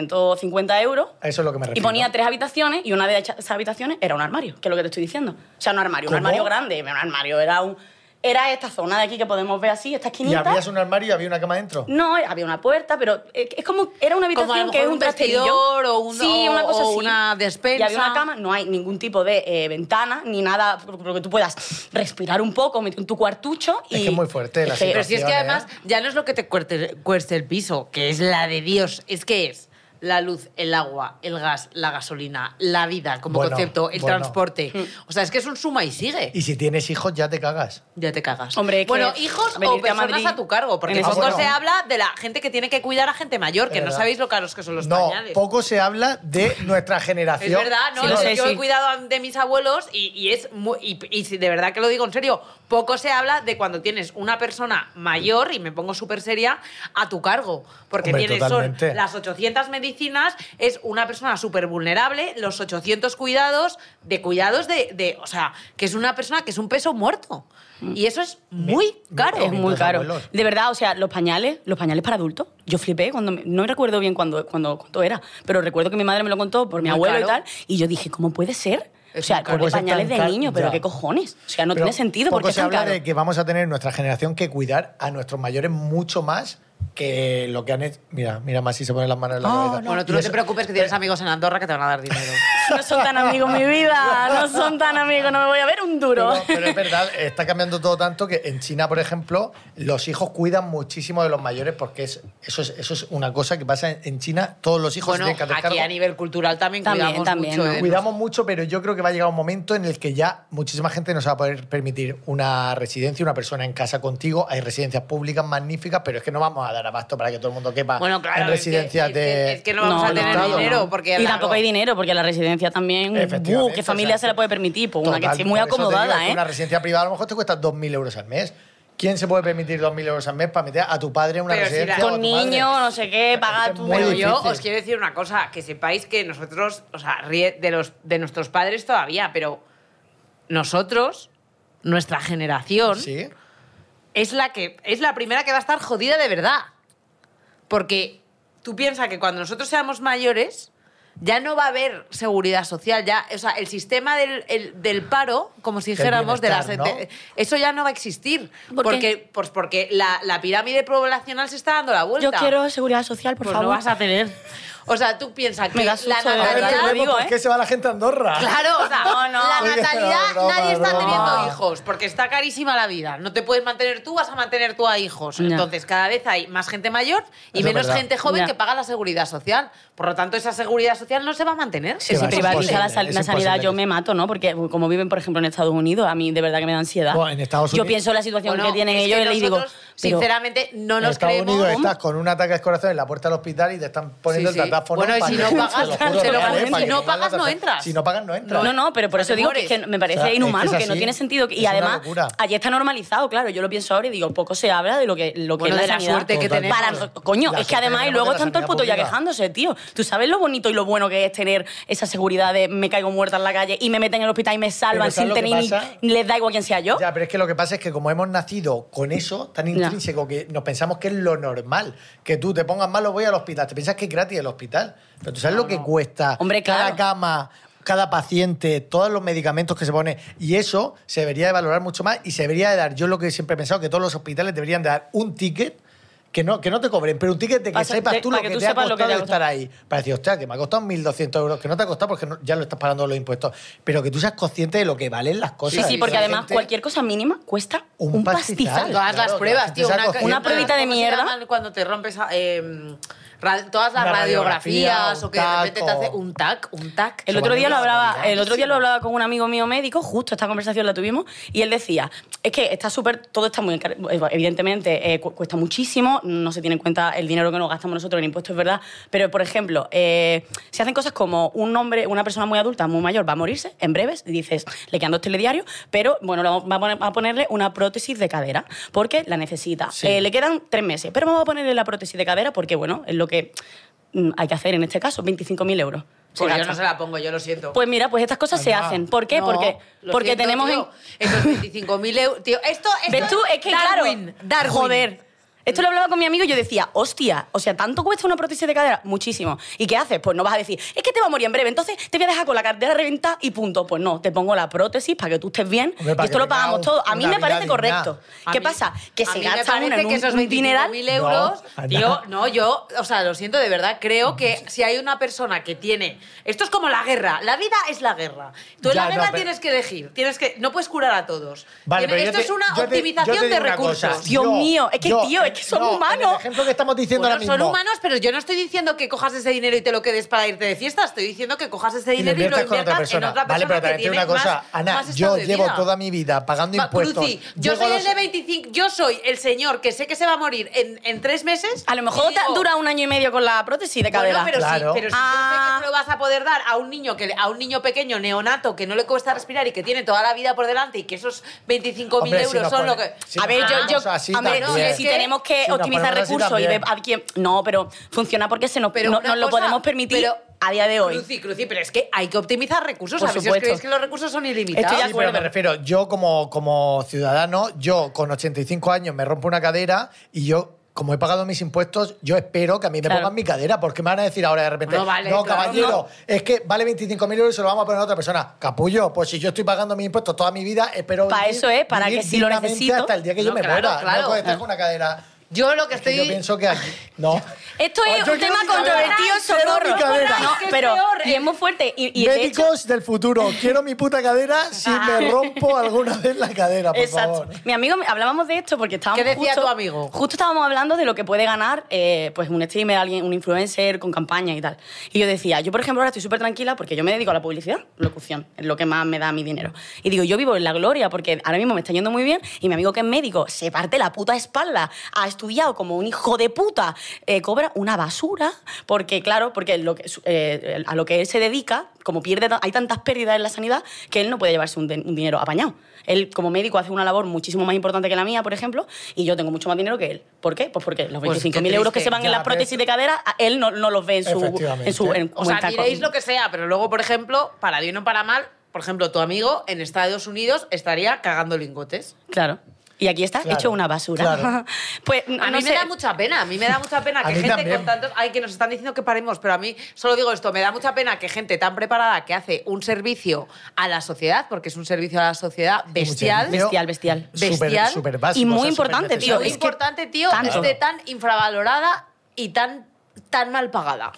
950 euros. A eso es lo que me Y refiero. ponía tres habitaciones y una de esas habitaciones era un armario, que es lo que te estoy diciendo. O sea, un armario, ¿Cómo? un armario grande, un armario, era un... Era esta zona de aquí que podemos ver así, esta Y esquinita. abrías un armario y había una cama dentro. No, había una puerta, pero eh, es como... Era una habitación Como a lo que es mejor un, un vestidor trasterillo. o un- sí, una o- cosa o así. una despensa. Y había una cama, no hay ningún tipo de eh, ventana, ni nada, por por lo que tú puedas respirar un poco, meter en tu cuartucho y... Es que es muy fuerte la Es que- situación. Pero si es que ¿eh? además ya no es lo que te cuerte- cueste el piso, que es la de Dios, es que es la luz, el agua, el gas, la gasolina, la vida como Bueno, concepto, el bueno. transporte. Mm. O sea, es que es un suma y sigue. Y si tienes hijos, ya te cagas. Ya te cagas. Hombre, que bueno, hijos o venirte a personas a, Madrid tu cargo, porque en esas poco se condiciones. habla de la gente que tiene que cuidar a gente mayor, que Es no verdad. sabéis lo caros que son los no, pañales. poco se habla de nuestra Es generación. verdad, no, Sí, O lo sea, sé, yo sí. he cuidado a- de mis abuelos y, y es muy, y, y si de verdad que lo digo en serio, poco se habla de cuando tienes una persona mayor, y me pongo súper seria, a tu cargo. Porque Hombre, tienes son totalmente. las 800 medicinas, es una persona súper vulnerable, los 800 cuidados, de cuidados de, de- O sea, que es una persona que es un peso muerto. Y eso es muy caro. Es muy Los caro. abuelos. De verdad, o sea, los pañales, los pañales para adultos. Yo flipé cuando me- no recuerdo bien cuándo cuando, cuánto era, pero recuerdo que mi madre me lo contó por mi Muy caro. abuelo y tal, y yo dije, ¿cómo puede ser? O Es sea, muy caro. Puede pobre ser pañales tan de caro, niño, pero ya. qué cojones. O sea, no Pero tiene sentido Poco porque es se tan habla caro. de que vamos a tener en nuestra generación que cuidar a nuestros mayores mucho más que lo que han hecho. Mira, mira más si se ponen las manos en Ah, la cabeza. Bueno, tú Y no eso- Eh, te preocupes que tienes amigos en Andorra que te van a dar dinero. No son [LAUGHS] tan amigos mi vida, no son tan amigos, no me voy a ver un duro. Pero, [LAUGHS] [LAUGHS] pero [LAUGHS] es verdad, está cambiando todo tanto que en China, por ejemplo, los hijos cuidan muchísimo de los mayores porque es, eso, es, eso es una cosa que pasa en, en China. Todos los hijos se bueno, tienen que hacer aquí cargo. a nivel cultural también, También, cuidamos también, mucho. ¿eh? ¿no? de- Cuidamos mucho, pero yo creo que va a llegar un momento en el que ya muchísima gente no se va a poder permitir una residencia, una persona en casa contigo. Hay residencias públicas magníficas, pero es que no vamos a dar abasto para que todo el mundo quepa Bueno, claro. en es que- residencias es que, de. es que no vamos a del tener Estado, dinero ¿no? porque. Y claro, tampoco hay dinero, porque la residencia también. Efectivamente, ¡buh! ¿Qué o familia sea, se la puede permitir? Pues una que Total, esté muy por eso te digo, acomodada, es que ¿eh? Una residencia privada a lo mejor te cuesta 2.000 euros al mes. ¿Quién se puede permitir 2.000 euros al mes para meter a tu padre en una Pero si la- residencia? o a Con tu madre? niños, no sé qué, pagar Es tu. muy Pero yo difícil. os quiero decir una cosa, que sepáis que nosotros, o sea, ríe de, los, de nuestros padres todavía, pero nosotros, nuestra generación, Sí. es, la que, es la primera que va a estar jodida de verdad. Porque tú piensas que cuando nosotros seamos mayores, ya no va a haber seguridad social, ya, o sea, el sistema del, el- del paro, como si Del dijéramos, de las, bienestar, ¿no? de- eso ya no va a existir. ¿Por porque qué? Pues porque la, la pirámide poblacional se está dando la vuelta Yo quiero seguridad social, por pues favor. no vas a tener. O sea, tú piensas que Me da la susto, de A ver, verdad, natalidad... lo entendemos digo, ¿Por ¿eh? qué se va la gente a Andorra? Claro, o sea, No, no. la Oye, natalidad broma, nadie está broma. teniendo hijos porque está carísima la vida. No te puedes mantener tú, vas a mantener tú a hijos. Ya. Entonces, cada vez hay más gente mayor y Eso es menos verdad. gente joven Ya. que paga la seguridad social. Por lo tanto, esa seguridad social no se va a mantener. Sí, Que Es si va, imposible. privatiza la, imposible, sal- es la sanidad imposible. yo me mato, ¿no? Porque uy, como viven, por ejemplo, en Estados Unidos, a mí de verdad que me da ansiedad. Bueno, en Estados Yo Unidos- pienso en la situación Bueno, que tienen es ellos y les digo, nosotros, pero- sinceramente, no en nos Estados creemos... Unidos estás con un ataque al corazón en la puerta del hospital y te están poniendo Sí, el sí. datáfono. Bueno, y para si que- no te lo pagas, juro, te lo para juro, que- si para que no pongas la pagas, no taza- entras. Si no pagas, no entras. No, no, pero por O sea, te eso digo que, mueres. es que me parece O sea, inhumano, es que que, es no así. tiene sentido. Es Y una además, locura. allí está normalizado, claro. Yo lo pienso ahora y digo, poco se habla de lo que, lo que Bueno, es la de la sanidad. suerte que tenemos. Para- coño, La es que suerte además, que y tenemos luego de la están todo el sanidad puto ya pública. quejándose, tío. ¿Tú sabes lo bonito y lo bueno que es tener esa seguridad de me caigo muerta en la calle y me meten en el hospital y me salvan Pero ¿sabes sin lo que tener pasa? ni les da igual quién sea yo? Ya, pero es que lo que pasa es que como hemos nacido con eso tan intrínseco que nos pensamos que es lo normal, que tú te pongas malo, voy al hospital, te piensas que es gratis el hospital, pero tú sabes lo que cuesta Hombre, claro. cada cama, cada paciente, todos los medicamentos que se pone y eso se debería de valorar mucho más y se debería de dar, yo lo que siempre he pensado que todos los hospitales deberían de dar un ticket que no, que no te cobren, pero un ticket de que Pasa- sepas de- tú lo para que, que tú te ha sepas costado lo que te ha estar ahí. Para decir, hostia, que me ha costado 1.200 euros, que no te ha costado porque no- ya lo estás pagando los impuestos, pero que tú seas consciente de lo que valen las Sí, cosas. sí, Y porque la además gente- cualquier cosa mínima cuesta un, pastizal. Todas Claro, las que la pruebas, gente tío. sea Una, consciente. una- Una pruebita de ¿cómo se mierda? llaman Cuando te rompes eh, ra- todas las Una radiografía, radiografías un o que de repente tac, te o- hace un tac, un tac. El Eso otro vale día lo una hablaba, barbaridad. el otro día lo hablaba con un amigo mío médico, justo esta conversación la tuvimos, y él decía, es que está súper, todo está muy encar- evidentemente eh, cu- cuesta muchísimo, no se tiene en cuenta el dinero que nos gastamos nosotros en impuestos, es verdad, pero por ejemplo, eh, se hacen cosas como un hombre, una persona muy adulta, muy mayor, va a morirse en breves, y dices, le quedan dos telediarios, pero bueno, le vamos- va a, poner- va a ponerle una prótesis de cadera, porque la necesita. Sí. Eh, le quedan tres meses, pero vamos a ponerle la prótesis de cadera porque, bueno, es lo que mm, hay que hacer en este caso, 25.000 euros. Se Pues yo gasta. no se la pongo, yo lo siento. Pues mira, pues estas cosas se Ajá. hacen. ¿Por qué? No, porque lo porque siento, tenemos tío. en... Esos 25.000 euros. Tío, esto, esto ¿Ves tú? Es que Darwin, claro, Darwin. joder. Esto lo hablaba con mi amigo y yo decía, hostia, o sea, ¿tanto cuesta una prótesis de cadera? Muchísimo. ¿Y qué haces? Pues no vas a decir, es que te va a morir en breve, entonces te voy a dejar con la cadera reventada y punto. Pues no, te pongo la prótesis para que tú estés bien Hombre, para y que esto lo tengas pagamos todo. A una mí me vida parece digna. correcto. A ¿Qué mí- pasa? Que a se mí me gasta parece uno en que un, esos un dineral. 25.000 euros, No, tío, anda. no, yo, o sea, lo siento de verdad, creo que si hay una persona que tiene, esto es como la guerra, la vida es la guerra. Tú en Ya, la no, guerra pero- tienes que elegir, tienes que no puedes curar a todos. Vale, Tiene- pero esto yo te- es una yo te- optimización yo te de digo una recursos. cosa. Dios Yo- mío, es que, yo- tío, es que somos no, en humanos. El ejemplo que estamos diciendo Bueno, ahora mismo. son humanos, pero yo no estoy diciendo que cojas ese dinero y te lo quedes para irte de fiesta. Estoy diciendo que cojas ese y lo dinero y lo inviertes con otra inviertas en persona. otra persona. vale, pero que te decir tiene una cosa, más- Ana, más estado yo de llevo vida. toda mi vida pagando Va, impuestos. Cruci, yo Llego soy a el los- de 25, yo soy el señor que sé que se va a morir en, en tres meses. A lo y mejor te digo, dura un año y medio con la prótesis de cadera. Bueno, pero Claro. sí, pero si Ah. yo sé que se lo vas a poder dar a un niño que a un niño pequeño neonato que no le cuesta respirar y que tiene toda la vida por delante y que esos 25.000 Hombre, euros si nos son lo pone- que si a nos ver, yo, ponemos yo así a ver, también. si Es que- tenemos que si nos optimizar ponemos así recursos y de también. adquirir- no, pero funciona porque se nos, Pero no, una nos lo cosa- podemos permitir pero- a día de hoy. Cruci, cruci, pero es que hay que optimizar recursos. Por a ver si os supuesto. creéis que los recursos son ilimitados. Estoy de Sí, pero me acuerdo. refiero, yo como, como ciudadano, yo con 85 años me rompo una cadera y yo, como he pagado mis impuestos, yo espero que a mí me Claro. pongan mi cadera, porque me van a decir ahora de repente, No vale, no, claro, caballero, no". es que vale 25.000 euros y se lo vamos a poner a otra persona. Capullo, pues si yo estoy pagando mis impuestos toda mi vida, espero Pa' vivir- eso es, para vivir que si lo dignamente necesito- hasta el día que yo No, me claro, muera. claro. No, pues estás con una cadera. Yo lo que Es que estoy. yo pienso que aquí... No. Esto Ay, es Oh, yo un quiero tema mi cadera, controvertido, quiero mi socorro. cadera. No, que es pero peor, y es muy fuerte. [LAUGHS] Y, y de hecho, Médicos del futuro, quiero mi puta cadera si [LAUGHS] me rompo alguna vez la cadera, por Exacto. favor. Mi amigo, hablábamos de esto porque estábamos ¿Qué decía justo, tu amigo? Justo estábamos hablando de lo que puede ganar eh, pues un streamer, alguien, un influencer con campaña y tal. Y yo decía, yo por ejemplo ahora estoy súper tranquila porque yo me dedico a la publicidad, locución, es lo que más me da mi dinero. Y digo, yo vivo en la gloria porque ahora mismo me está yendo muy bien y mi amigo que es médico se parte la puta espalda, ha estudiado como un hijo de puta, eh, cobra una basura porque claro, porque lo que, su- eh, a lo que él se dedica, como pierde, ta- hay tantas pérdidas en la sanidad que él no puede llevarse un, de- un dinero apañado. Él, como médico, hace una labor muchísimo más importante que la mía, por ejemplo, y yo tengo mucho más dinero que él. ¿Por qué? Pues porque los Pues qué 25.000 euros que triste. se van Ya, en las pero prótesis esto- de cadera, a él no, no los ve en su. Efectivamente. En su en O sea, cuenta diréis con- lo que sea, pero luego, por ejemplo, para bien o para mal, por ejemplo, tu amigo en Estados Unidos estaría cagando lingotes. Claro. Y aquí está Claro, hecho una basura. claro. [LAUGHS] pues [LAUGHS] A no mí sé. me da mucha pena, a mí me da mucha pena [LAUGHS] A que mí gente también. con tantos... Ay, que nos están diciendo que paremos, pero a mí solo digo esto, me da mucha pena que gente tan preparada que hace un servicio a la sociedad, porque es un servicio a la sociedad bestial, servicio Bestial, bestial. Bestial. Súper, súper básico, Y muy o sea, súper importante, tío. tío, necesario. Es que importante, tío, tanto. esté tan infravalorada y tan, tan mal pagada.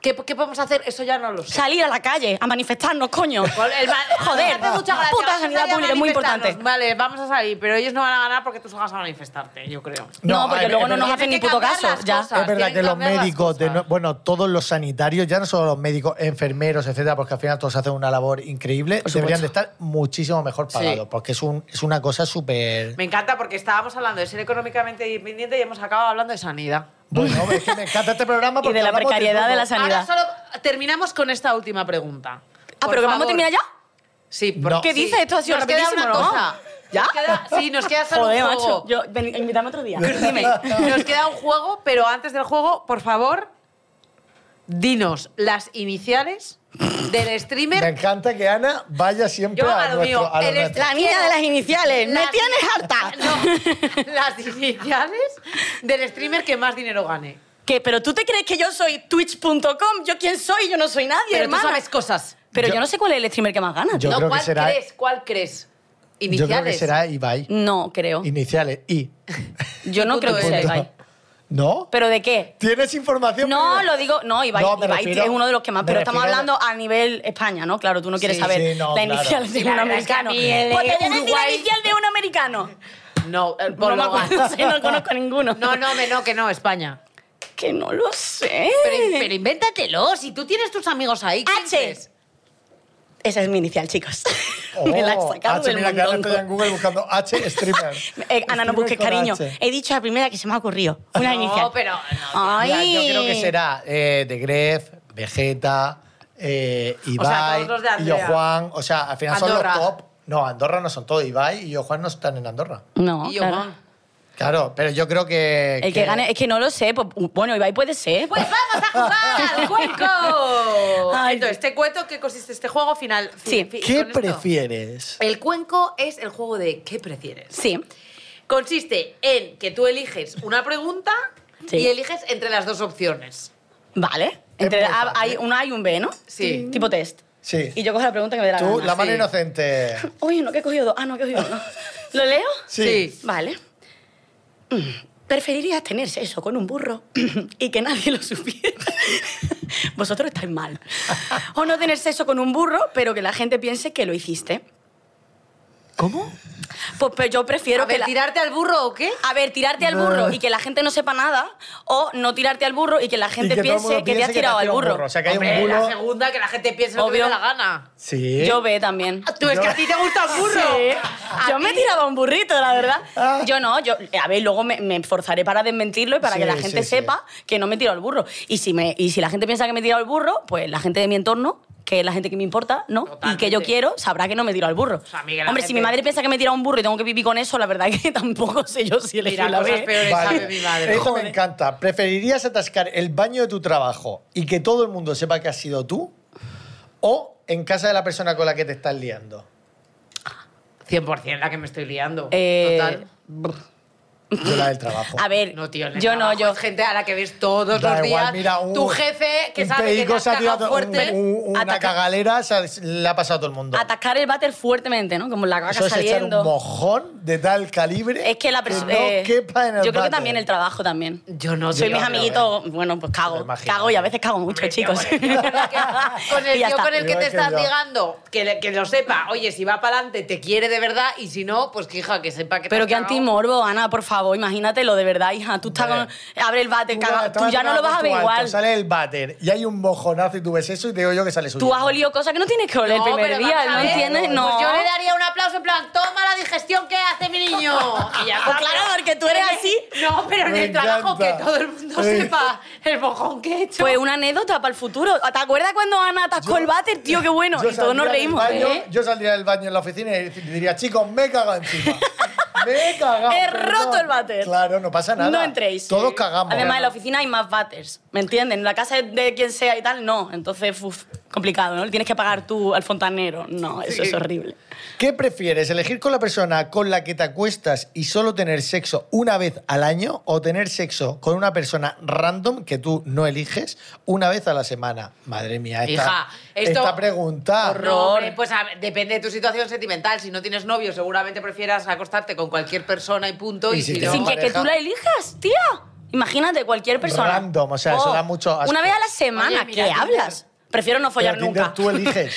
¿Qué, qué podemos hacer? Eso ya no lo sé. Salir a la calle a manifestarnos, [LAUGHS] coño. Con Pues, el ma- [LAUGHS] Joder, me hace mucha gracia. puta Vamos a salir sanidad a pública, es muy manifestarnos. importante. Vale, vamos a salir, pero ellos no van a ganar porque tú vas a manifestarte, yo creo. No, porque es- luego es no nos verdad- hacen Tienen ni que puto cambiar caso, las ya. Ah, cosas, Es verdad tienen que los cambiar las médicos, de cosas. nue- bueno, todos los sanitarios, ya no solo los médicos, enfermeros, etcétera, porque al final todos hacen una labor increíble, Por deberían de supuesto. estar muchísimo mejor pagados, porque es, un, es una cosa súper. Me encanta porque estábamos hablando de ser económicamente independiente y hemos acabado hablando de sanidad. Bueno, es que me encanta este programa [LAUGHS] Y porque de la hablamos precariedad de todo. la san- Sanidad. Ahora solo terminamos con esta última pregunta. Ah, Por pero que vamos a favor. terminar ya. Sí, No. porque ¿Qué sí. dices? Esto ha sido nos queda rapidísimo, una ¿no? cosa. ¿Ya? Nos queda- sí, nos queda solo Joder, un juego. macho. Yo, ven, invítame otro día. Dime. Nos queda un juego, pero antes del juego, por favor, dinos las iniciales del Me streamer. encanta que Ana vaya siempre Yo a, a lo nuestro- mío, a lo el nuestro. estra- La niña de las iniciales, me Las- tienes harta. [LAUGHS] No, las iniciales del streamer que más dinero gane. ¿Qué? ¿Pero tú te crees que yo soy twitch.com? ¿Yo quién soy? Yo no soy nadie, Pero tú hermana. sabes cosas. Pero yo, Yo- no sé cuál es el streamer que más gana. Yo tío. no, creo que ¿cuál será- crees? ¿Cuál crees? Yo Iniciales. creo que será Ibai. No, creo. Iniciales, I. Yo no Punto creo que sea es. Ibai. ¿No? ¿Pero de qué? ¿Tienes información? No, privada? lo digo, no, Ibai, No, me Ibai refiero- es uno de los que más, me pero estamos refiero- hablando a nivel España, ¿no? Claro, tú no quieres Sí, saber sí, no, la claro. inicial de La un verdad es que a americano. mí el Pues te voy a decir la Uruguay- inicial de un americano. No, eh, No me Bologa. acuerdo, [LAUGHS] no sé, no conozco ninguno. No, no, me- no, que no, España. Que no lo sé. Pero, pero invéntatelo, si tú tienes tus amigos ahí. ¿quién Eh. H. crees? Esa es mi inicial, chicos. Oh, [LAUGHS] Me la he sacado H, del mira, que ahora mondongo. estoy en Google buscando H streamer. [LAUGHS] Eh, Ana, no Streamer busques con cariño. H. He dicho la primera que se me ha ocurrido. No, Una inicial. Ah, pero no. Ay. Mira, yo creo que será eh, de Gref, Vegeta, eh, O sea, Ibai, todos los de y yo Andrea. Juan. O sea, al final Andorra. son los top. No, Andorra no son todos. Ibai y yo Juan no están en Andorra. No, Y yo, claro. Juan. Claro, pero yo creo que. El que gane, es que no lo sé. pues, bueno, Ibai puede ser. Pues vamos a [LAUGHS] jugar al cuenco. Ay. Entonces, este cuento, ¿qué consiste este juego final? Sí. Fi- ¿Qué con esto. prefieres? El cuenco es el juego de ¿qué prefieres? Sí. Consiste en que tú eliges una pregunta Sí. y eliges entre las dos opciones. Vale. Entre muy A- fácil. hay un A y un B, ¿no? Sí. Tipo test. Sí. Y yo cojo la pregunta que me dé la Tú, gana. la mano sí. inocente. Uy, no, que he cogido dos. Ah, no, que he cogido [LAUGHS] uno. ¿Lo leo? Sí. Vale. Mm, Preferirías tener sexo con un burro [CLEARS THROAT] y que nadie lo supiera. [LAUGHS] Vosotros estáis mal. O no tener sexo con un burro, pero que la gente piense que lo hiciste. ¿Cómo? Pues, pues yo prefiero a ver, que la- ¿tirarte al burro o qué? A ver, tirarte al burro y que la gente no sepa nada, o no tirarte al burro y que la gente que todo el piense mundo que te piense has tirado al tirado un burro. O sea, que hay Hombre, un la bulo. segunda, que la gente piense lo que le Obvio. dé la gana. Sí. Yo ve también. Ah, Tú, es que a ti te gusta el burro. Sí. A Yo ti- me he tirado un burrito, la Ah. verdad. Yo no, yo, a ver, luego me, me esforzaré para desmentirlo y para Sí, que la sí, gente sí. sepa que no me he tirado el burro. Y si, me, y si la gente piensa que me he tirado el burro, pues la gente de mi entorno, que es la gente que me importa, ¿no? Totalmente. Y que yo quiero, sabrá que no me he tirado el burro. sea, Miguel, la Hombre, si gente- mi madre piensa que me he tirado un burro y tengo que vivir con eso, la verdad [LAUGHS] es que tampoco sé yo si elegí Mira, la cosas B. peores Vale. sabe mi madre. Esto me encanta. ¿Preferirías atascar el baño de tu trabajo y que todo el mundo sepa que has sido tú? ¿O en casa de la persona con la que te estás liando? 100% la que me estoy liando. Eh, Total. Yo la del trabajo. A ver, No, tío, en el yo no, trabajo yo. es gente a la que ves todos Da los igual, días. mira, un- tu jefe, que un sabe que te perico has se ha cagado tirado un- fuerte. un- una Ataca- cagalera se ha- le ha pasado a todo el mundo. Atacar el váter fuertemente, ¿no? Como la caca Eso es echar un saliendo. mojón de tal calibre Es que la persona. no quepa en el yo creo que váter. también el trabajo también. Yo no Soy soy Yo mis creo, amiguitos, bueno, pues Me cago. imagino. Cago y a veces cago mucho, chicos. [LAUGHS] Con el [LAUGHS] Y ya tío está. con el que Igual te que estás yo. ligando, que, le- que lo sepa. Oye, si va para adelante, te quiere de verdad. Y si no, pues que hija, que sepa que te Pero has que cagado. antimorbo, Ana, por favor, imagínatelo de verdad, hija. Tú estás Vale. con. Abre el váter, caga. Tú ya no lo vas a ver igual. Sale el váter y hay un mojonazo y tú ves eso y te digo yo que sale Tú suyo. has olido cosas que no tienes que oler el primer pero día, vamos a ¿no ver. entiendes? No. Pues yo le daría un aplauso en plan, toma la digestión que hace mi niño. Y ya está. Pues claro, porque tú eres Pero- así. No, pero en Me el trabajo que encanta. todo el mundo Sí. sepa el mojón que he hecho. Pues una anécdota para el futuro. ¿Te acuerdas cuando Ana atascó Yo- el váter, tío? Qué bueno. Yo Y todos nos saldría del reímos. baño- ¿eh? Yo saldría del baño en la oficina y diría, chicos, me he cagado encima. me he cagado. He perdón". roto el váter. Claro, no pasa nada. No entréis. Todos cagamos. Además, en la oficina hay más váteres, ¿me entienden? En la casa de- de quien sea y tal, no. Entonces, uf, complicado, ¿no? Le tienes que pagar tú al fontanero. No, eso es horrible. ¿Qué prefieres, elegir con la persona con la que te acuestas y solo tener sexo una vez al año o tener sexo con una persona random que tú no eliges una vez a la semana? Madre mía, esta, Hija, esto- esta pregunta. No, hombre, pues a ver, depende de tu situación sentimental. Si no tienes novio, seguramente prefieras acostarte con cualquier persona y punto. Y Y, si si, te- no, pues Sin que, que tú pareja. la elijas, tía. Imagínate, cualquier persona. Oh, Random, o sea, eso da mucho asco. Una vez a la semana, Oye, mira, ¿qué Tinder. hablas? Prefiero no follar Pero Tinder, nunca. Tú eliges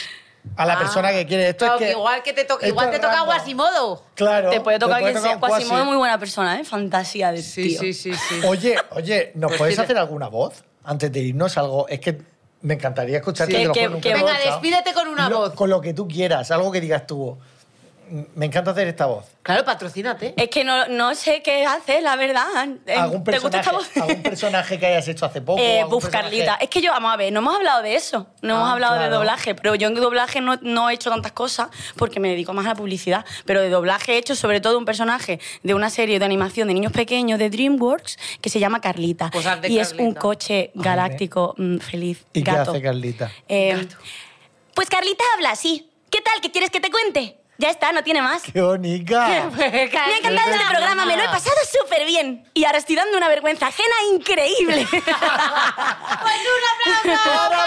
a [LAUGHS] la Ah. persona que quieres. Esto Claro, es que, que igual que te, to- esto igual es te toca random. Guasimodo. Claro. Te puede tocar quien que sea. Quasimodo [LAUGHS] es muy buena persona, ¿eh? Fantasía de tío. sí, Oye, oye, ¿nos Pues podéis tiene- hacer alguna voz antes de irnos? Algo. Es que me encantaría escucharte. Sí. te lo Que- juro, nunca que- lo he Venga, escuchado. despídete con una Lo- voz. Con lo que tú quieras, algo que digas tú. "Mm, Me encanta hacer esta voz. Claro, patrocínate. Es que no, no sé qué haces, la verdad. Eh, ¿Algún ¿Te gusta personaje, esta voz? [LAUGHS] algún personaje que hayas hecho hace poco? Eh, algún buf, personaje- Carlita. Es que yo, vamos a ver, no hemos hablado de eso. No hemos Ah, hablado de claro. doblaje, pero yo en doblaje no, no he hecho tantas cosas porque me dedico más a la publicidad. Pero de doblaje he hecho sobre todo un personaje de una serie de animación de niños pequeños de DreamWorks que se llama Carlita. Pues haz de y es un Carlita. coche galáctico mm, feliz. ¿Y gato. qué hace Carlita? Eh, Pues Carlita habla así. ¿Qué tal? ¿Qué quieres que te cuente? Ya está, no tiene más. ¡Qué [LAUGHS] bonita! Me ha encantado este programa, me lo he pasado súper bien. Y ahora estoy dando una vergüenza ajena [LAUGHS] increíble. [LAUGHS] ¡Pues un aplauso! ¡Para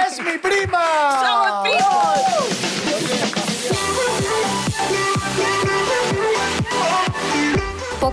Masi! ¡Es mi prima! ¡Somos Oh. primos! Poco